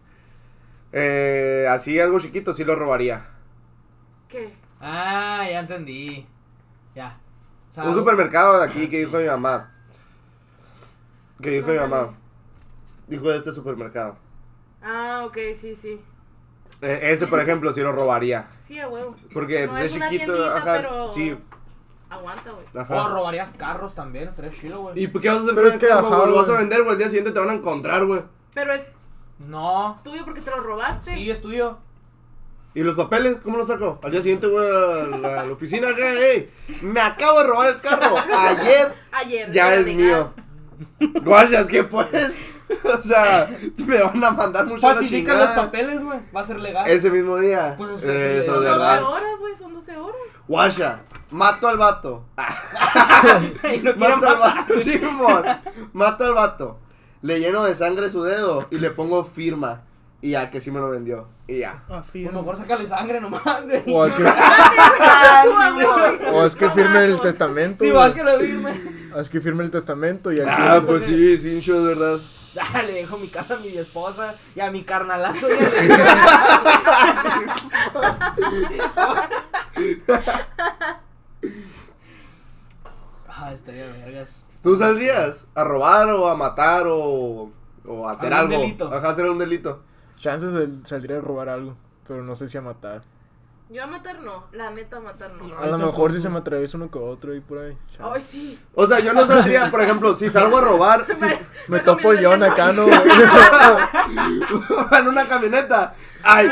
Speaker 1: Eh, así algo chiquito sí lo robaría.
Speaker 2: ¿Qué?
Speaker 4: Ah, ya entendí. Ya. O sea,
Speaker 1: Un supermercado de aquí
Speaker 4: Ah,
Speaker 1: que
Speaker 4: sí.
Speaker 1: dijo mi mamá. Que dijo mi
Speaker 2: Ándale.
Speaker 1: mamá. Dijo de este supermercado.
Speaker 2: Ah, ok, sí, sí.
Speaker 1: Eh, ese, por ejemplo, sí lo robaría.
Speaker 2: Sí, a huevo.
Speaker 1: Porque
Speaker 2: No
Speaker 1: pues,
Speaker 2: es
Speaker 1: es
Speaker 2: una
Speaker 1: chiquito.
Speaker 2: tiendita,
Speaker 1: ajá,
Speaker 2: pero-
Speaker 1: Sí,
Speaker 2: Aguanta, güey.
Speaker 4: O
Speaker 1: ajá.
Speaker 4: robarías carros también, tres chilo, güey.
Speaker 1: ¿Y por qué vas a hacer
Speaker 5: Pero es
Speaker 1: con el
Speaker 5: que,
Speaker 1: carro,
Speaker 5: ajá,
Speaker 1: güey? Lo vas a
Speaker 5: güey.
Speaker 1: vender, güey. El día siguiente te van a encontrar, güey.
Speaker 2: Pero es
Speaker 4: No.
Speaker 2: tuyo porque te lo robaste.
Speaker 4: Sí, es tuyo.
Speaker 1: ¿Y los papeles? ¿Cómo los saco? Al día siguiente, güey, a la, a la oficina, güey. "Ey, Me acabo de robar el carro. Ayer
Speaker 2: Ayer.
Speaker 1: ya
Speaker 2: me lo
Speaker 1: es mío.
Speaker 2: negaron.
Speaker 1: Guayas, ¿qué pues? O sea, me van a mandar mucho Pues, a la
Speaker 4: Falsifican los
Speaker 1: chingada.
Speaker 4: papeles, güey. Va a ser legal.
Speaker 1: Ese mismo día. eh,
Speaker 4: Pues, o sea, sí,
Speaker 1: Eso
Speaker 4: de
Speaker 1: es
Speaker 2: Son 12
Speaker 1: verdad.
Speaker 2: horas, güey, son 12 horas.
Speaker 1: Guaya, mato al vato. Ah,
Speaker 4: y no quieren
Speaker 1: mato al
Speaker 4: matar.
Speaker 1: vato. Sí, amor. Mato al vato. Le lleno de sangre su dedo y le pongo firma. Y ya, que sí me lo vendió. Y ya.
Speaker 4: A lo
Speaker 3: Afirmo.
Speaker 4: mejor sácale sangre nomás, güey.
Speaker 5: O
Speaker 1: Pues,
Speaker 5: es que,
Speaker 1: Ah,
Speaker 5: o es que firme el testamento.
Speaker 4: Sí,
Speaker 5: güey.
Speaker 4: va que lo firme.
Speaker 5: O es que firme el testamento y al
Speaker 1: Ah,
Speaker 5: chile-
Speaker 1: pues sí, sí, yo de verdad.
Speaker 4: Ah, le dejo mi casa a mi esposa y a mi carnalazo. ya. ah, estaría vergas.
Speaker 1: ¿Tú saldrías a robar o a matar o, o a hacer
Speaker 4: Algún
Speaker 1: algo?
Speaker 4: delito.
Speaker 1: Ajá, hacer un delito.
Speaker 5: Chances de saldría a robar algo, pero no sé si a matar.
Speaker 2: Yo a matar no, la neta a matar no.
Speaker 5: A lo mejor si se me atraviesa uno que otro ahí por ahí. chance.
Speaker 2: Ay, sí.
Speaker 1: O sea, yo no saldría, por ejemplo, si salgo a robar, si
Speaker 5: Me
Speaker 2: Recomiendo
Speaker 5: topo
Speaker 2: el
Speaker 5: yo en
Speaker 2: no.
Speaker 5: acá, ¿no?
Speaker 1: en una camioneta. Ay,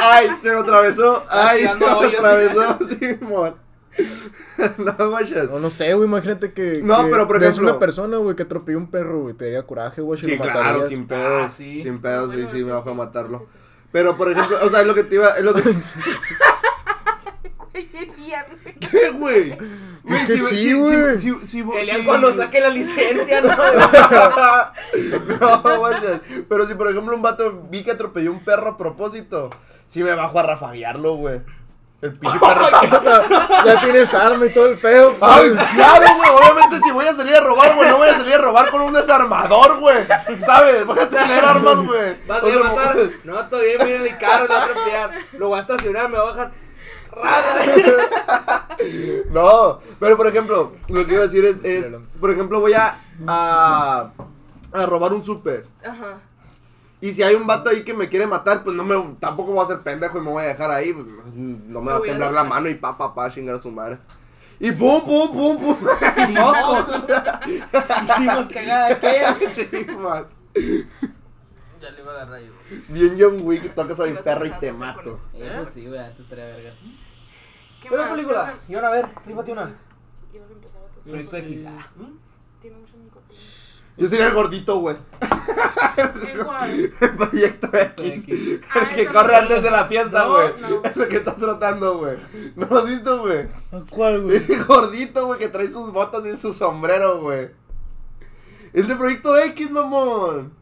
Speaker 1: ay, se me atravesó. Ay, se me
Speaker 4: Haciendo hoyos.
Speaker 1: atravesó, Simón. No, guachas.
Speaker 5: No, no sé, güey, imagínate que...
Speaker 1: No,
Speaker 5: que
Speaker 1: pero, por
Speaker 5: ves
Speaker 1: ejemplo-
Speaker 5: una persona, güey, que atropella un perro, güey, te haría coraje, güey, si
Speaker 1: Sí,
Speaker 5: lo
Speaker 1: claro,
Speaker 5: matarías.
Speaker 1: sin pedos.
Speaker 4: Ah, sí.
Speaker 1: Sin pedos,
Speaker 2: Bueno,
Speaker 1: sí, sí,
Speaker 2: eso
Speaker 1: me bajo a
Speaker 2: sí,
Speaker 1: matarlo.
Speaker 2: eso sí.
Speaker 1: Pero, por ejemplo, o sea, es lo que te iba. Es lo que. ¿Qué, güey? Güey,
Speaker 5: Es que
Speaker 1: si-
Speaker 5: sí,
Speaker 1: si-
Speaker 5: güey.
Speaker 1: si- si- si-
Speaker 4: Pelean
Speaker 1: si-
Speaker 4: cuando saque la licencia, ¿no?
Speaker 1: No, guachas. Pero si por ejemplo un vato vi que atropelló un perro a propósito, si me bajo a rafaguearlo, güey. El pinche perro.
Speaker 5: O sea, ya tienes arma y todo el pedo. pues.
Speaker 1: Ay, claro, güey. Obviamente si voy a salir a robar, güey, no voy a salir a robar con un desarmador, güey. ¿Sabes? Voy a tener armas, güey.
Speaker 4: ¿Vas a
Speaker 1: O
Speaker 4: ir a
Speaker 1: sea,
Speaker 4: matar?
Speaker 1: mo-
Speaker 4: No, todavía viene mi carro, lo voy a atropellar. Lo voy a estacionar, me voy a bajar. ¡Rala!
Speaker 1: No, pero por ejemplo, lo que iba a decir es, es por ejemplo, voy a, a, a robar un súper.
Speaker 2: Ajá.
Speaker 1: Y si hay un vato ahí que me quiere matar, pues no me, tampoco voy a ser pendejo y me voy a dejar ahí. pues, No me va a
Speaker 2: voy a
Speaker 1: temblar la
Speaker 2: dejar.
Speaker 1: mano y pa, pa, pa, chingar a su madre. Y pum, pum, pum, pum. ¡Mocos!
Speaker 4: Hicimos cagada aquella.
Speaker 1: Sí, man.
Speaker 6: Ya le iba a agarrar yo.
Speaker 1: Bien John Wick, tocas a
Speaker 2: Sí,
Speaker 1: mi
Speaker 2: vas
Speaker 1: perro y
Speaker 2: empezando,
Speaker 1: te
Speaker 2: o sea, con
Speaker 1: mato.
Speaker 2: eso.
Speaker 4: Eso sí, güey, antes estaría vergas.
Speaker 2: ¿Qué
Speaker 4: Pero
Speaker 2: más?
Speaker 4: película,
Speaker 2: ¿Qué
Speaker 4: y ahora a ver, rífate una.
Speaker 2: más? Y vas a empezar a toser.
Speaker 4: Proyecto X.
Speaker 2: Tiene mucho nicotina.
Speaker 1: Yo sería el gordito, güey.
Speaker 2: ¿El cual?
Speaker 1: El proyecto X.
Speaker 4: X.
Speaker 2: Ah,
Speaker 1: El que
Speaker 2: esa
Speaker 1: corre
Speaker 2: no.
Speaker 1: antes de la fiesta,
Speaker 2: No,
Speaker 1: güey.
Speaker 2: no.
Speaker 1: Es lo que estás tratando, güey. ¿No lo has visto, güey?
Speaker 3: ¿A cuál, güey?
Speaker 1: El gordito, güey, que trae sus botas y su sombrero, güey. El de Proyecto X, mamón.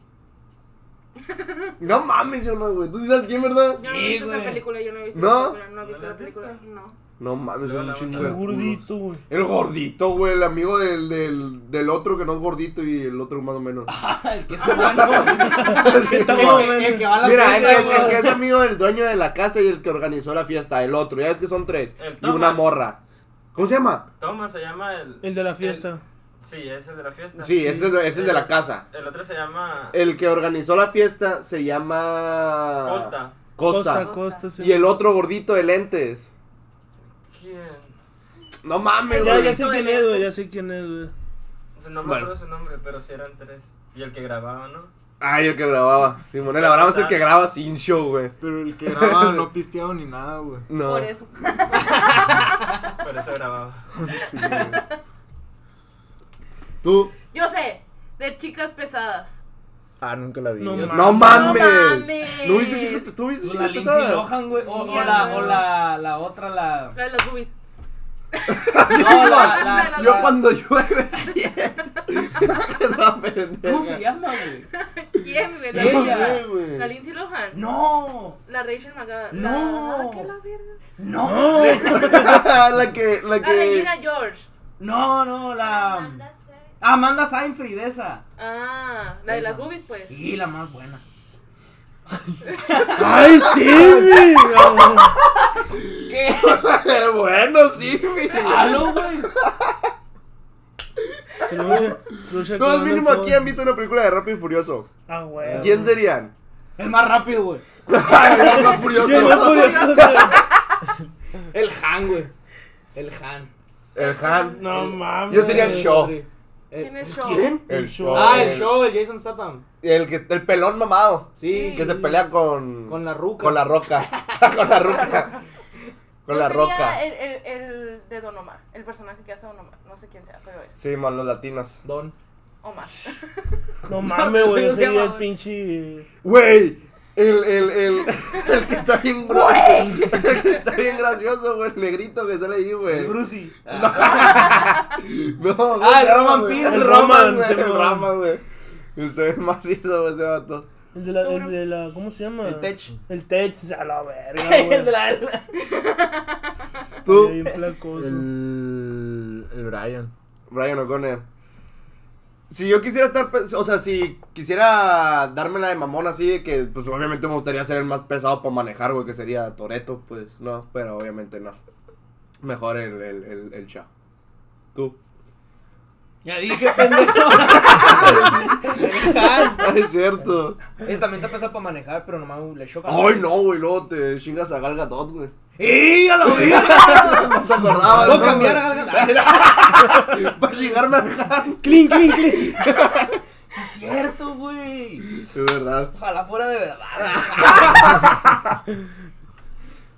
Speaker 1: No mames, yo no, güey. ¿Tú sí sabes quién, verdad?
Speaker 2: Yo no
Speaker 4: Sí,
Speaker 2: he visto esa
Speaker 4: güey.
Speaker 2: película, yo no he visto
Speaker 1: ¿No?
Speaker 2: la película, no he visto
Speaker 4: ¿No la
Speaker 2: la
Speaker 4: has visto?
Speaker 2: película, no.
Speaker 1: No mames, es
Speaker 6: Luego
Speaker 1: un
Speaker 6: la
Speaker 1: chingo
Speaker 6: otra.
Speaker 1: de
Speaker 3: El
Speaker 1: culos.
Speaker 3: gordito, güey.
Speaker 1: El gordito, güey, el amigo del, del, del otro que no es gordito y el otro más o menos.
Speaker 4: Ah, El que es humano.
Speaker 1: Sí,
Speaker 3: está
Speaker 1: güey.
Speaker 3: mamón.
Speaker 4: El que va a la
Speaker 1: Mira, él
Speaker 4: fiesta,
Speaker 1: es
Speaker 4: güey.
Speaker 1: el que es amigo del dueño de la casa y el que organizó la fiesta, el otro. Ya ves que son tres.
Speaker 6: El
Speaker 1: Y una
Speaker 6: Thomas.
Speaker 1: morra. ¿Cómo se llama?
Speaker 6: Toma se llama el.
Speaker 3: El de la fiesta.
Speaker 6: el- Ah, sí, es el de la fiesta.
Speaker 1: Sí, es el, es el de la casa. Eh.
Speaker 6: El otro se llama.
Speaker 1: El que organizó la fiesta se llama...
Speaker 6: Costa.
Speaker 1: Costa.
Speaker 3: Costa, Costa, sí.
Speaker 1: Y el otro gordito de lentes.
Speaker 6: ¿Quién?
Speaker 1: No mames,
Speaker 3: Ya,
Speaker 1: güey.
Speaker 3: ya sé quién es, güey. Ya sé quién es, güey.
Speaker 6: No me
Speaker 1: Bueno.
Speaker 6: acuerdo su nombre, pero sí eran tres. Y el que grababa, ¿no?
Speaker 1: Ay, el que grababa. Simón, el Abraham es el que graba sin show, güey.
Speaker 5: Pero el que grababa no pisteaba ni nada, güey.
Speaker 1: No.
Speaker 2: Por eso.
Speaker 6: Por eso grababa.
Speaker 5: Sí, güey.
Speaker 1: Tú.
Speaker 2: Yo sé, de chicas pesadas.
Speaker 5: Ah, nunca la vi.
Speaker 3: No
Speaker 5: güey.
Speaker 3: mames.
Speaker 1: No mames.
Speaker 2: mames.
Speaker 1: ¿No viste chicas- ¿Tú viste
Speaker 4: O La
Speaker 1: chicas
Speaker 4: Lindsay
Speaker 1: pesadas?
Speaker 4: Lohan, güey. O,
Speaker 2: Sí,
Speaker 4: o la,
Speaker 2: güey.
Speaker 4: o la, la otra, la.
Speaker 2: La de las boobies.
Speaker 4: No, la,
Speaker 2: la-
Speaker 4: la,
Speaker 1: Yo
Speaker 4: la-
Speaker 1: cuando llueve siento. No, pendeja.
Speaker 4: ¿Cómo se llama, güey?
Speaker 2: ¿Quién, güey? La,
Speaker 1: No
Speaker 4: Ella.
Speaker 1: sé, güey.
Speaker 2: la Lindsay Lohan.
Speaker 4: No,
Speaker 2: La Rachel McAdams.
Speaker 4: No.
Speaker 2: La, ¿Qué la verga?
Speaker 4: no,
Speaker 1: la que, la
Speaker 2: La Regina
Speaker 1: que.
Speaker 2: George.
Speaker 4: no, no, la. ah,
Speaker 7: Amanda Seyfried.
Speaker 4: Amanda Seinfried, esa.
Speaker 2: Ah, la de
Speaker 4: Esa.
Speaker 2: las boobies, pues.
Speaker 4: Y la más buena.
Speaker 3: ¡Ay, sí, güey!
Speaker 4: ¿Qué?
Speaker 1: Eh, bueno, sí, mi.
Speaker 4: ¿Aló, güey?
Speaker 3: Lucha- lucha
Speaker 1: No,
Speaker 3: con
Speaker 1: es
Speaker 3: una
Speaker 1: mínimo aquí
Speaker 3: cosa.
Speaker 1: han visto una película de Rápido y Furioso.
Speaker 3: Ah, güey.
Speaker 1: ¿Quién serían?
Speaker 4: El más rápido, güey.
Speaker 1: Rápido y
Speaker 3: Yo no
Speaker 1: Furioso.
Speaker 3: podía-
Speaker 4: El Han, güey. El Han.
Speaker 1: El Han.
Speaker 3: No mames.
Speaker 1: Yo sería el show.
Speaker 2: ¿Quién es Shaw?
Speaker 1: El show.
Speaker 4: Ah, el show, el Jason Statham.
Speaker 1: El, que, el pelón mamado.
Speaker 4: Sí.
Speaker 1: Que se pelea con.
Speaker 4: Con la ruca.
Speaker 1: Con la roca. con la roca. Con
Speaker 2: Yo
Speaker 1: la
Speaker 2: sería
Speaker 1: roca.
Speaker 2: El, el, el de Don Omar. El personaje que hace Don Omar. No sé quién sea, pero es
Speaker 1: Sí, más los latinos.
Speaker 4: Don.
Speaker 2: Omar.
Speaker 3: No mames, güey. Yo
Speaker 4: Soy un
Speaker 3: sería el
Speaker 4: llamador.
Speaker 3: pinche.
Speaker 1: Güey, el, el, el, el que está bien güey. El que está bien gracioso, güey. El negrito que sale ahí, güey.
Speaker 4: El Brucey.
Speaker 1: No, ¿cómo
Speaker 4: Ah, el
Speaker 1: se llama,
Speaker 4: Roman
Speaker 1: güey?
Speaker 4: Pierce.
Speaker 1: El
Speaker 3: El
Speaker 1: Roman,
Speaker 3: Roman,
Speaker 1: güey.
Speaker 3: sí,
Speaker 1: El
Speaker 3: Roman.
Speaker 1: Roman, güey. Usted es macizo, güey, ese vato.
Speaker 3: El de la.
Speaker 2: Tú,
Speaker 3: El
Speaker 2: bro.
Speaker 3: de la ¿Cómo se llama?
Speaker 1: Ah.
Speaker 4: El Tech.
Speaker 3: El Tech. A la verga, güey.
Speaker 4: El de la. la-
Speaker 1: Tú,
Speaker 3: Bien placoso.
Speaker 5: El, el Brian.
Speaker 1: Brian O'Connor. Si yo quisiera estar, pe- o sea, si quisiera darme la de mamón así, de que pues obviamente me gustaría ser el más pesado para manejar, güey, que sería Toreto, pues no, pero obviamente no. Mejor el, el, el, el Shaw. Tú.
Speaker 4: Ya dije, pendejo. El Han.
Speaker 1: Ah, es cierto.
Speaker 4: Ese también está pesado para manejar, pero nomás le choca.
Speaker 1: Ay, no, güey, luego te chingas a Gal Gadot, güey.
Speaker 4: ¡Y a la vida!
Speaker 1: no te acordabas,
Speaker 4: Puedo
Speaker 1: Ah, ¿no,
Speaker 4: cambiar Ah, a
Speaker 1: güey?
Speaker 4: Gal Gadot.
Speaker 1: Para chingarme a Gal.
Speaker 3: Clean, clean, clean.
Speaker 4: Es cierto, güey.
Speaker 1: Es verdad.
Speaker 4: Ojalá fuera de verdad.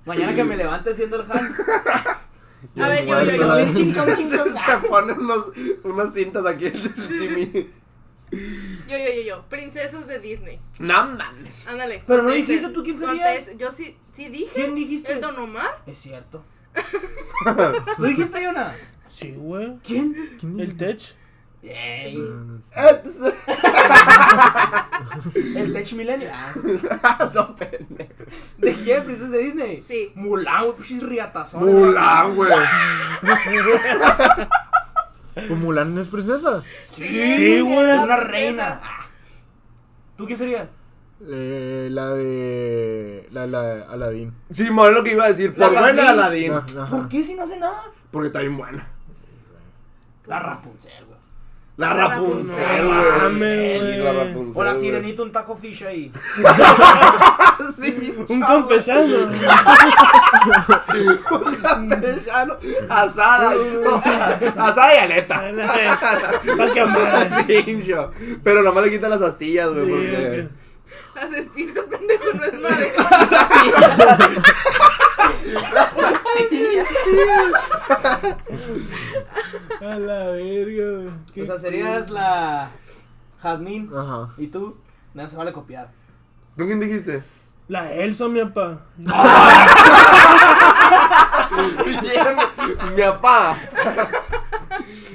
Speaker 4: Mañana que me levante siendo el Han.
Speaker 2: A ver, yo, yo, yo.
Speaker 1: Bueno, Se, se ponen unos, unas cintas aquí en el simi.
Speaker 2: Yo, yo, yo, yo. Princesas de Disney.
Speaker 1: No mames.
Speaker 2: Ándale.
Speaker 4: Pero no
Speaker 2: contesten,
Speaker 4: dijiste tú quién serías.
Speaker 2: contesten. Yo sí, sí dije.
Speaker 4: ¿Quién dijiste?
Speaker 2: ¿El Don Omar?
Speaker 4: Es cierto. ¿Lo dijiste, Yona?
Speaker 3: Sí, güey.
Speaker 4: ¿Quién?
Speaker 3: El Tech.
Speaker 4: Ey,
Speaker 5: Eh,
Speaker 1: Entonces-
Speaker 4: el Tech Millennial. Ah,
Speaker 1: no, pendejo.
Speaker 4: ¿De quién? ¿Princesa de Disney?
Speaker 2: Sí.
Speaker 4: Mulan, güey, pinches riatazones.
Speaker 1: Mulan, güey.
Speaker 5: ¿O Mulan no es princesa?
Speaker 4: Sí,
Speaker 3: Sí, güey.
Speaker 4: Una reina. Ah. ¿Tú quién serías?
Speaker 5: Eh, la de. La, la Aladín.
Speaker 1: Sí, mo, es lo que iba a decir. Por
Speaker 4: La
Speaker 1: buena
Speaker 4: Aladdin.
Speaker 1: Aladdin.
Speaker 5: Ajá.
Speaker 4: ¿Por qué si no hace nada?
Speaker 1: Porque está bien buena.
Speaker 4: La Rapunzel, güey.
Speaker 1: La
Speaker 2: La
Speaker 1: Rapunzel,
Speaker 2: Rapunzel.
Speaker 1: güey.
Speaker 3: Mames,
Speaker 1: Pues Sí,
Speaker 3: güey.
Speaker 1: la Rapunzel.
Speaker 4: O la
Speaker 1: güey.
Speaker 4: sirenita, un taco fish ahí.
Speaker 1: Sí,
Speaker 3: Un
Speaker 1: chavo.
Speaker 3: campesano.
Speaker 1: Campechano. Asada. no, asada y aleta.
Speaker 3: Para que amara.
Speaker 1: Pincho. Pero nomás le quitan las astillas, güey.
Speaker 3: Sí,
Speaker 1: porque
Speaker 3: ok.
Speaker 2: las espinas, pendejo, no es madera.
Speaker 5: A la verga, güey. Qué
Speaker 4: O sea, serías la Jazmín.
Speaker 5: Ajá.
Speaker 4: ¿Y tú? Nada, se vale copiar.
Speaker 1: ¿Tú quién dijiste?
Speaker 3: La Elsa, mi papá.
Speaker 1: mi papá.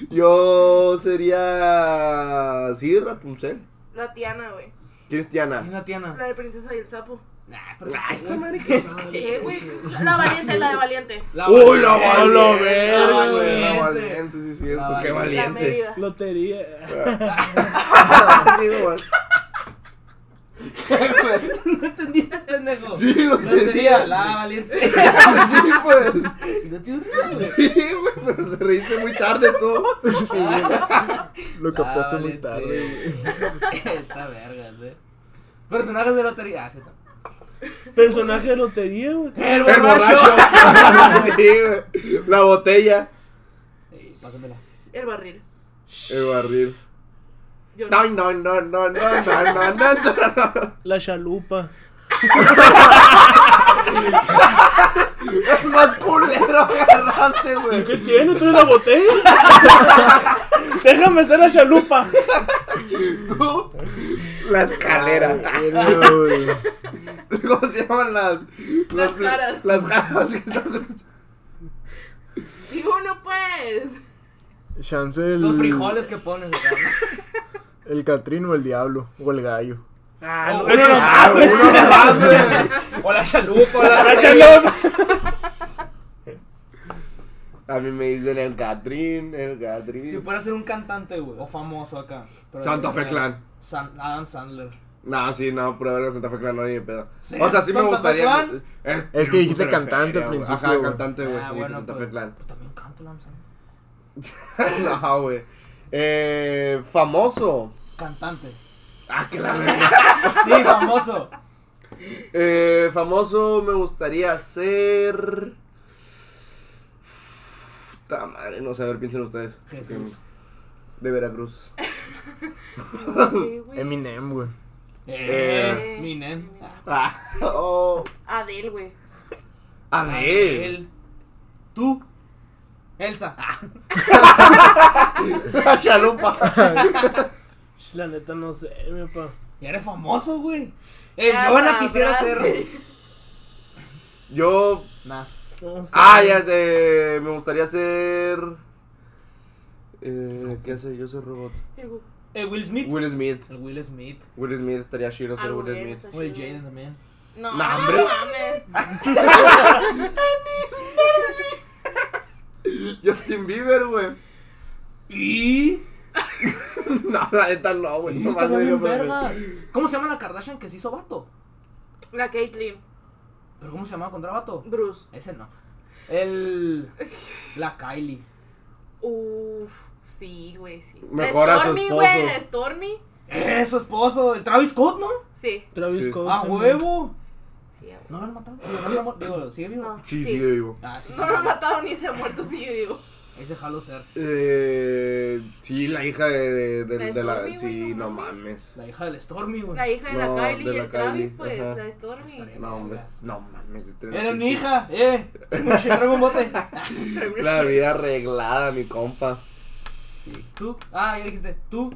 Speaker 1: Yo sería. Sí, Rapunzel.
Speaker 2: La Tiana, güey.
Speaker 4: ¿Y
Speaker 1: Cristiana.
Speaker 4: una
Speaker 2: La
Speaker 4: tiana?
Speaker 2: de Princesa y el Sapo.
Speaker 4: Nah, pero.
Speaker 1: Ah, esa madre que
Speaker 2: ¿Qué, güey? La valiente, la de valiente.
Speaker 4: La
Speaker 1: Uy, la
Speaker 4: valiente,
Speaker 1: valiente, Ah,
Speaker 4: la
Speaker 1: güey, La
Speaker 4: valiente.
Speaker 1: valiente, sí, es cierto.
Speaker 4: La
Speaker 1: Qué
Speaker 2: La
Speaker 1: valiente.
Speaker 2: Mérida.
Speaker 3: Lotería.
Speaker 1: Sí, güey. ¿Qué, güey?
Speaker 4: ¿No entendiste, pendejo?
Speaker 1: Sí, lo
Speaker 4: No
Speaker 1: entendí.
Speaker 4: sería la valiente.
Speaker 1: Sí, pues.
Speaker 4: Y no te ríes, güey.
Speaker 1: Sí, güey, pero te reíste muy tarde tú.
Speaker 5: Lo captaste muy
Speaker 4: Dale,
Speaker 5: tarde,
Speaker 4: sí.
Speaker 5: güey.
Speaker 4: Está verga, güey. Personajes de lotería. Ah, sí, está.
Speaker 3: Personaje de lotería, güey.
Speaker 4: El
Speaker 1: El borracho. Sí, güey. La botella.
Speaker 4: Ey, pásamela.
Speaker 2: El barril.
Speaker 1: El barril.
Speaker 2: Yo no.
Speaker 1: No, no, no, no, no, no, no, no, no.
Speaker 3: La chalupa.
Speaker 1: Es más culero que agarraste, güey.
Speaker 3: ¿Qué tiene? ¿Tú eres la botella? Déjame ser la chalupa.
Speaker 1: Tú, La escalera.
Speaker 5: Verga, güey.
Speaker 1: ¿Cómo se llaman las?
Speaker 2: Las
Speaker 1: los-
Speaker 2: caras.
Speaker 1: Las caras que están-
Speaker 2: Digo, no, pues.
Speaker 5: Chance el.
Speaker 4: Los frijoles que pones, güey.
Speaker 5: El Catrín o el Diablo. O el Gallo.
Speaker 3: Ah,
Speaker 4: Oh,
Speaker 3: no, no, no.
Speaker 1: Ah, güey, no mames.
Speaker 4: O la chalupa, o la
Speaker 3: La chalupa.
Speaker 1: A mí me dicen el Catrín, el Catrín.
Speaker 4: Si fuera a ser un cantante, güey, o famoso acá. pues, pero-
Speaker 1: Santa Fe Clan.
Speaker 4: San- Adam Sandler.
Speaker 1: No, sí, no, pero verga, Santa Fe Clan no hay ni pedo.
Speaker 4: Sí,
Speaker 1: O sea, sí me
Speaker 4: Santa Fe
Speaker 1: gustaría.
Speaker 4: Clan.
Speaker 5: Es que dijiste
Speaker 1: Pero
Speaker 5: cantante
Speaker 1: feria,
Speaker 5: al
Speaker 1: güey. Ajá,
Speaker 5: principio, güey.
Speaker 1: cantante, güey.
Speaker 4: Ah,
Speaker 1: dije
Speaker 4: bueno,
Speaker 1: Santa
Speaker 4: pues,
Speaker 1: Fe Clan.
Speaker 4: pues también canto Adam Sandler.
Speaker 1: no, güey. Eh, famoso.
Speaker 4: Cantante.
Speaker 1: Ah, que la verga.
Speaker 4: Sí, famoso.
Speaker 1: Eh, famoso me gustaría ser. Puta madre, no sé, a ver, piensen ustedes.
Speaker 4: Jesús.
Speaker 1: De Veracruz.
Speaker 2: No sé, güey.
Speaker 5: Eminem, güey.
Speaker 1: Eh.
Speaker 4: Eh, Minem. Ah,
Speaker 1: Ah, oh.
Speaker 2: Adel, güey.
Speaker 1: Ah, Adel.
Speaker 4: Ah, él. Tú. Elsa. Ah,
Speaker 1: La chalupa.
Speaker 3: La neta no sé, mi papá.
Speaker 4: ya eres famoso, güey. El
Speaker 2: Ya
Speaker 4: Jonah
Speaker 2: sabrás.
Speaker 4: Eh, quisiera ser.
Speaker 1: Yo.
Speaker 4: Nah.
Speaker 3: No sé.
Speaker 1: Ah, ya te. Me gustaría ser. Eh, ¿Qué hace? Yo soy robot.
Speaker 2: Digo,
Speaker 4: El Eh, Will Smith.
Speaker 1: Will Smith.
Speaker 4: El Will Smith.
Speaker 1: Will Smith estaría chido
Speaker 4: Ah,
Speaker 1: ser
Speaker 2: algo
Speaker 1: Will
Speaker 2: bien,
Speaker 1: Smith.
Speaker 2: está
Speaker 4: O el
Speaker 2: chido.
Speaker 4: Jaden también.
Speaker 2: No,
Speaker 1: Nah,
Speaker 2: no
Speaker 1: hombre.
Speaker 2: mames.
Speaker 1: Justin Bieber, güey.
Speaker 4: Y.
Speaker 1: No, la neta no, güey.
Speaker 4: Y
Speaker 1: Pues, No
Speaker 4: está
Speaker 1: más digo,
Speaker 4: bien
Speaker 1: pero-
Speaker 4: verga. ¿Cómo se llama la Kardashian que se hizo vato?
Speaker 2: La Caitlyn.
Speaker 4: ¿Pero cómo se llamaba contra vato?
Speaker 2: Bruce.
Speaker 4: Ese no. El. La Kylie.
Speaker 2: Uf. Sí, güey, sí.
Speaker 1: Mejor a
Speaker 2: la
Speaker 1: su
Speaker 2: Stormy,
Speaker 1: esposo.
Speaker 2: güey. La Stormy.
Speaker 4: ¡Eh, su esposo! El Travis Scott, ¿no?
Speaker 2: Sí.
Speaker 3: Travis
Speaker 1: Sí.
Speaker 3: Scott.
Speaker 4: ¡A
Speaker 3: sí,
Speaker 4: Ah, huevo!
Speaker 2: sí a huevo.
Speaker 4: ¿No lo han matado? Digo, no lo han mu- Digo, ¿sigue vivo?
Speaker 2: No,
Speaker 1: Sí,
Speaker 2: sí.
Speaker 1: sigue vivo.
Speaker 4: Ah, sí, sí.
Speaker 2: No lo han matado ni se ha muerto, sigue vivo.
Speaker 4: Ese jalo ser.
Speaker 1: Eh, sí, la hija de, de, de-
Speaker 2: La
Speaker 1: de la...
Speaker 2: Stormy, güey,
Speaker 1: sí, no
Speaker 2: no
Speaker 1: mames.
Speaker 4: La hija del Stormy, güey.
Speaker 2: La hija de
Speaker 1: No,
Speaker 2: la Kylie
Speaker 1: de
Speaker 2: y
Speaker 1: la
Speaker 2: el Travis,
Speaker 1: Kylie,
Speaker 2: pues,
Speaker 1: ajá.
Speaker 2: la Stormy.
Speaker 4: Estaría-
Speaker 1: No, mames, no mames. de tener
Speaker 4: Eres
Speaker 1: pinche-
Speaker 4: mi hija, eh. Mucho traigo un bote.
Speaker 1: La vida arreglada, mi compa.
Speaker 4: Sí. Tú. Ah, ya dijiste. Tú.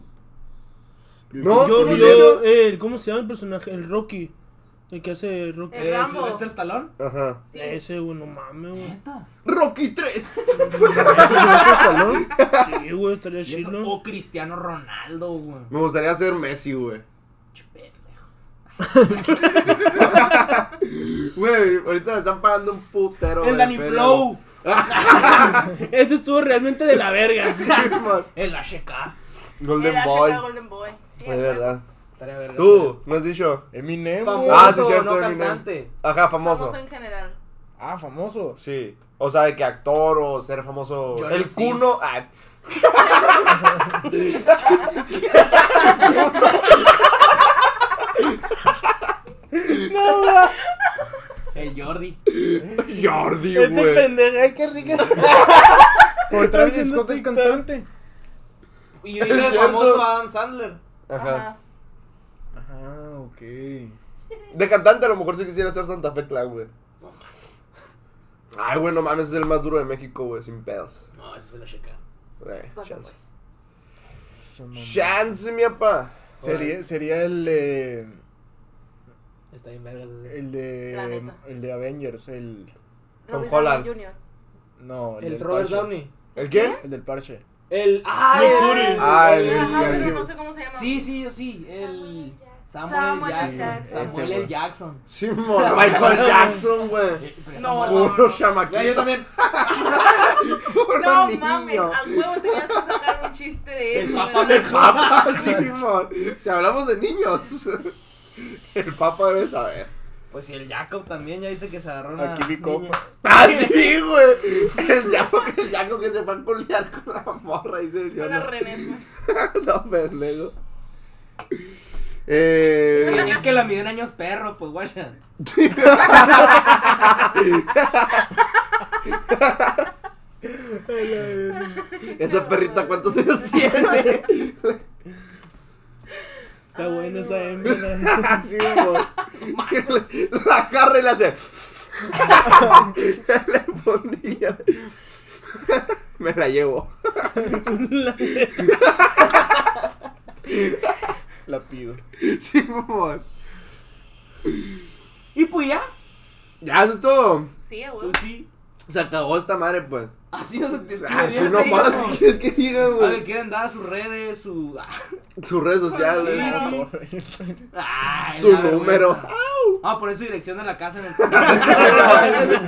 Speaker 1: No,
Speaker 3: Yo,
Speaker 1: tú no
Speaker 3: yo,
Speaker 1: llevas-
Speaker 3: el, ¿cómo se llama el personaje? El Rocky. El que hace Rocky.
Speaker 2: El
Speaker 4: ¿Es
Speaker 2: Rambo.
Speaker 4: Eh, Sylvester Stallone?
Speaker 1: Ajá.
Speaker 2: Sí.
Speaker 3: Ese, güey, no mames, güey.
Speaker 4: Neta.
Speaker 1: Rocky 3.
Speaker 3: Sí, güey, estaría
Speaker 4: Y eso-
Speaker 3: chido.
Speaker 4: O Cristiano Ronaldo, güey.
Speaker 1: Me gustaría ser Messi, güey.
Speaker 4: Che, pendejo.
Speaker 1: Güey, ahorita le están pagando un putero.
Speaker 4: El
Speaker 1: de
Speaker 4: Danny
Speaker 1: feria,
Speaker 4: Flow.
Speaker 3: Este estuvo realmente de la verga.
Speaker 1: güey. Sí, man.
Speaker 4: El HK.
Speaker 1: Golden
Speaker 2: Era
Speaker 1: Boy.
Speaker 2: chica Golden Boy. Sí,
Speaker 1: Es verdad.
Speaker 4: Estaría verga.
Speaker 1: Tú, ¿no has dicho?
Speaker 5: Eminem,
Speaker 4: Famoso,
Speaker 5: güey.
Speaker 1: Ah, sí, cierto,
Speaker 4: no
Speaker 1: Eminem.
Speaker 4: cantante.
Speaker 1: Ajá,
Speaker 2: Famoso.
Speaker 1: famoso.
Speaker 2: en general.
Speaker 5: Ah, famoso.
Speaker 1: Sí. O sea, de que actor o ser famoso.
Speaker 4: Johnny
Speaker 1: el
Speaker 4: Sins.
Speaker 1: cuno. ah,
Speaker 4: El Jordi.
Speaker 1: Jordi,
Speaker 3: Este
Speaker 1: güey.
Speaker 3: pendejo, ay, qué rica.
Speaker 5: Por Travis Scott es
Speaker 3: TikTok.
Speaker 5: cantante.
Speaker 4: Y yo dije el
Speaker 1: cierto.
Speaker 4: famoso Adam Sandler.
Speaker 1: Ajá.
Speaker 5: Ajá, ok.
Speaker 1: De cantante a lo mejor sí quisiera ser Santa Fe Clan, güey. Ay, güey, no mames, es el más duro de México, güey, sin pedos.
Speaker 8: No, esa es la checa.
Speaker 1: Eh,
Speaker 2: Toca,
Speaker 1: chance.
Speaker 5: Eso no-
Speaker 1: Chance, mi apa.
Speaker 5: Sería, sería el de.
Speaker 8: Está bien vergas. ese.
Speaker 5: El
Speaker 2: La
Speaker 5: de.
Speaker 2: neta.
Speaker 5: El de Avengers, el.
Speaker 1: Tom
Speaker 2: Robert
Speaker 1: Holland.
Speaker 2: Downey Jr.
Speaker 5: No,
Speaker 8: El
Speaker 5: del
Speaker 8: Robert
Speaker 5: parche.
Speaker 8: Downey.
Speaker 1: ¿El quién?
Speaker 5: El del parche.
Speaker 8: El. ¡Ah!
Speaker 3: Nick
Speaker 8: el-
Speaker 3: Fury.
Speaker 1: Ah, el-
Speaker 2: Ajá,
Speaker 1: el-
Speaker 2: pero no sé cómo se llama.
Speaker 8: Sí, sí, yo sí. El. Samuel,
Speaker 2: Samuel
Speaker 8: L. Jackson.
Speaker 2: Jackson.
Speaker 8: Samuel
Speaker 5: Ese,
Speaker 8: L.
Speaker 5: güey.
Speaker 8: Jackson.
Speaker 1: Simón, Michael Jackson, güey.
Speaker 8: Eh, pero
Speaker 2: No,
Speaker 8: Samuel-
Speaker 1: Puro
Speaker 8: Güey, Yo
Speaker 1: chamaquito.
Speaker 8: también.
Speaker 1: Puro
Speaker 2: No
Speaker 1: niño.
Speaker 2: mames, a huevo tenías que sacar un chiste de
Speaker 8: El
Speaker 2: eso.
Speaker 8: Papa
Speaker 2: ¿verdad?
Speaker 1: Papa, Simón. Si hablamos de niños, el papa debe saber.
Speaker 4: Pues y el Jacob también, ya viste que se agarró una
Speaker 5: Aquí mi
Speaker 4: niña.
Speaker 5: copa.
Speaker 1: Ah, sí, güey. El yaco, el yaco que se va a culiar con la morra, dice yo.
Speaker 2: Una
Speaker 1: No,
Speaker 2: renesma.
Speaker 1: no pendejo. Eh,
Speaker 4: Es que la midió en años perro, pues guacha.
Speaker 1: esa perrita, ¿cuántos años tiene?
Speaker 3: Está buena esa hembra. ¿no?
Speaker 1: Así, güey. La agarra y la hace. Le ponía. Me la llevo.
Speaker 5: La pido.
Speaker 1: Sí, mamón.
Speaker 4: Y pues ya,
Speaker 1: Ya, eso es todo.
Speaker 2: Sí, a huevo.
Speaker 4: pues sí.
Speaker 1: Se acabó esta madre, pues.
Speaker 4: Así no se
Speaker 1: Ah,
Speaker 4: despide.
Speaker 1: eso no más. ¿Qué quieres que diga,
Speaker 4: A ver,
Speaker 1: güey?
Speaker 4: quieren dar sus redes, su.
Speaker 1: Sus redes sociales.
Speaker 2: Claro.
Speaker 4: Ay,
Speaker 1: Su
Speaker 4: la
Speaker 1: número.
Speaker 4: vergüenza. Ah, Vamos a poner su dirección de la casa en el.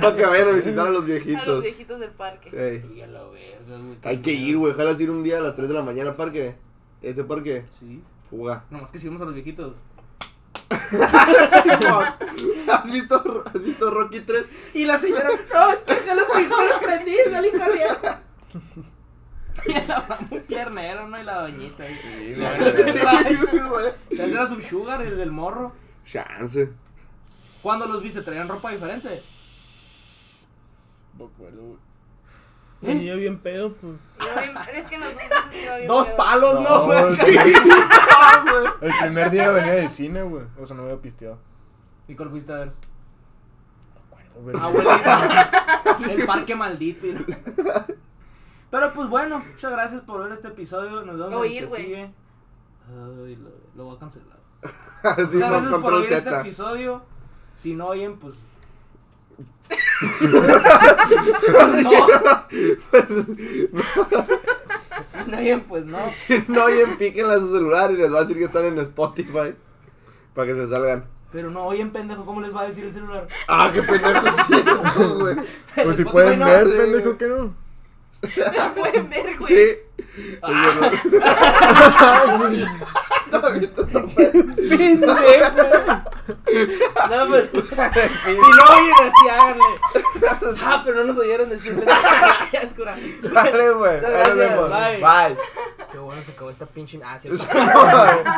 Speaker 1: Para que vayan a visitar a los
Speaker 2: A los
Speaker 1: viejitos.
Speaker 2: viejitos del parque.
Speaker 1: Ey.
Speaker 8: Dígalo, verga, güey.
Speaker 1: Hay que ir, güey. Ojalá ir un día a las 3 de la mañana al parque. Ese parque.
Speaker 4: Sí.
Speaker 1: Fuga.
Speaker 4: Nomás que sigamos a los viejitos.
Speaker 1: ¿Has visto, ¿Has visto Rocky 3?
Speaker 4: Y la señora, no, es que se los frijoles prendí, salí corriendo. Y era muy piernero, ¿no? Y la doñita. ahí.
Speaker 1: Sí, güey.
Speaker 4: Ese era su sugar, el del morro.
Speaker 1: Chance.
Speaker 4: ¿Cuándo los viste? ¿Traían ropa diferente?
Speaker 3: Venía bien pedo, pues.
Speaker 2: Yo bien- Es que nosotros sí iba bien
Speaker 4: Dos
Speaker 2: pedo.
Speaker 4: palos, ¿no?
Speaker 5: No,
Speaker 4: güey?
Speaker 5: sí.
Speaker 1: Ah, güey.
Speaker 5: El primer día venía del cine, güey. O sea, no me había pisteado.
Speaker 4: ¿Y cuál fuiste a ver?
Speaker 5: Güey,
Speaker 4: Ah, Abuelita. el parque maldito. y la- Pero pues bueno, muchas gracias por ver este episodio. Nos vemos en
Speaker 2: Oír,
Speaker 4: el que
Speaker 2: güey.
Speaker 4: sigue. Ay, lo, lo voy a cancelar.
Speaker 1: Sí, más
Speaker 4: Muchas gracias por
Speaker 1: control
Speaker 4: oír este
Speaker 1: Z.
Speaker 4: episodio. Si no oyen, pues. no. Si no oyen, pues no.
Speaker 1: No, oyen, píquenle a su celular y les va a decir que están en Spotify. Para que se salgan.
Speaker 4: Pero no oyen, pendejo, ¿cómo les va a decir el celular?
Speaker 1: Ah, qué pendejo sí, güey.
Speaker 5: Pues si
Speaker 4: Spotify
Speaker 5: pueden
Speaker 4: no.
Speaker 5: ver,
Speaker 1: Sí, güey.
Speaker 5: pendejo, que no.
Speaker 2: No pueden ver, güey.
Speaker 1: Sí. Sí,
Speaker 4: No, pues. si no oyen, así háganle. Ah, pero no nos oyeron decir pendejo. Ya es cura.
Speaker 1: no. Dale, güey.
Speaker 4: Muchas
Speaker 1: Ahí nos
Speaker 4: gracias,
Speaker 1: vemos.
Speaker 4: bye.
Speaker 1: Bye.
Speaker 4: Qué bueno, se acabó esta pinche. Ah, sí.
Speaker 1: Bye.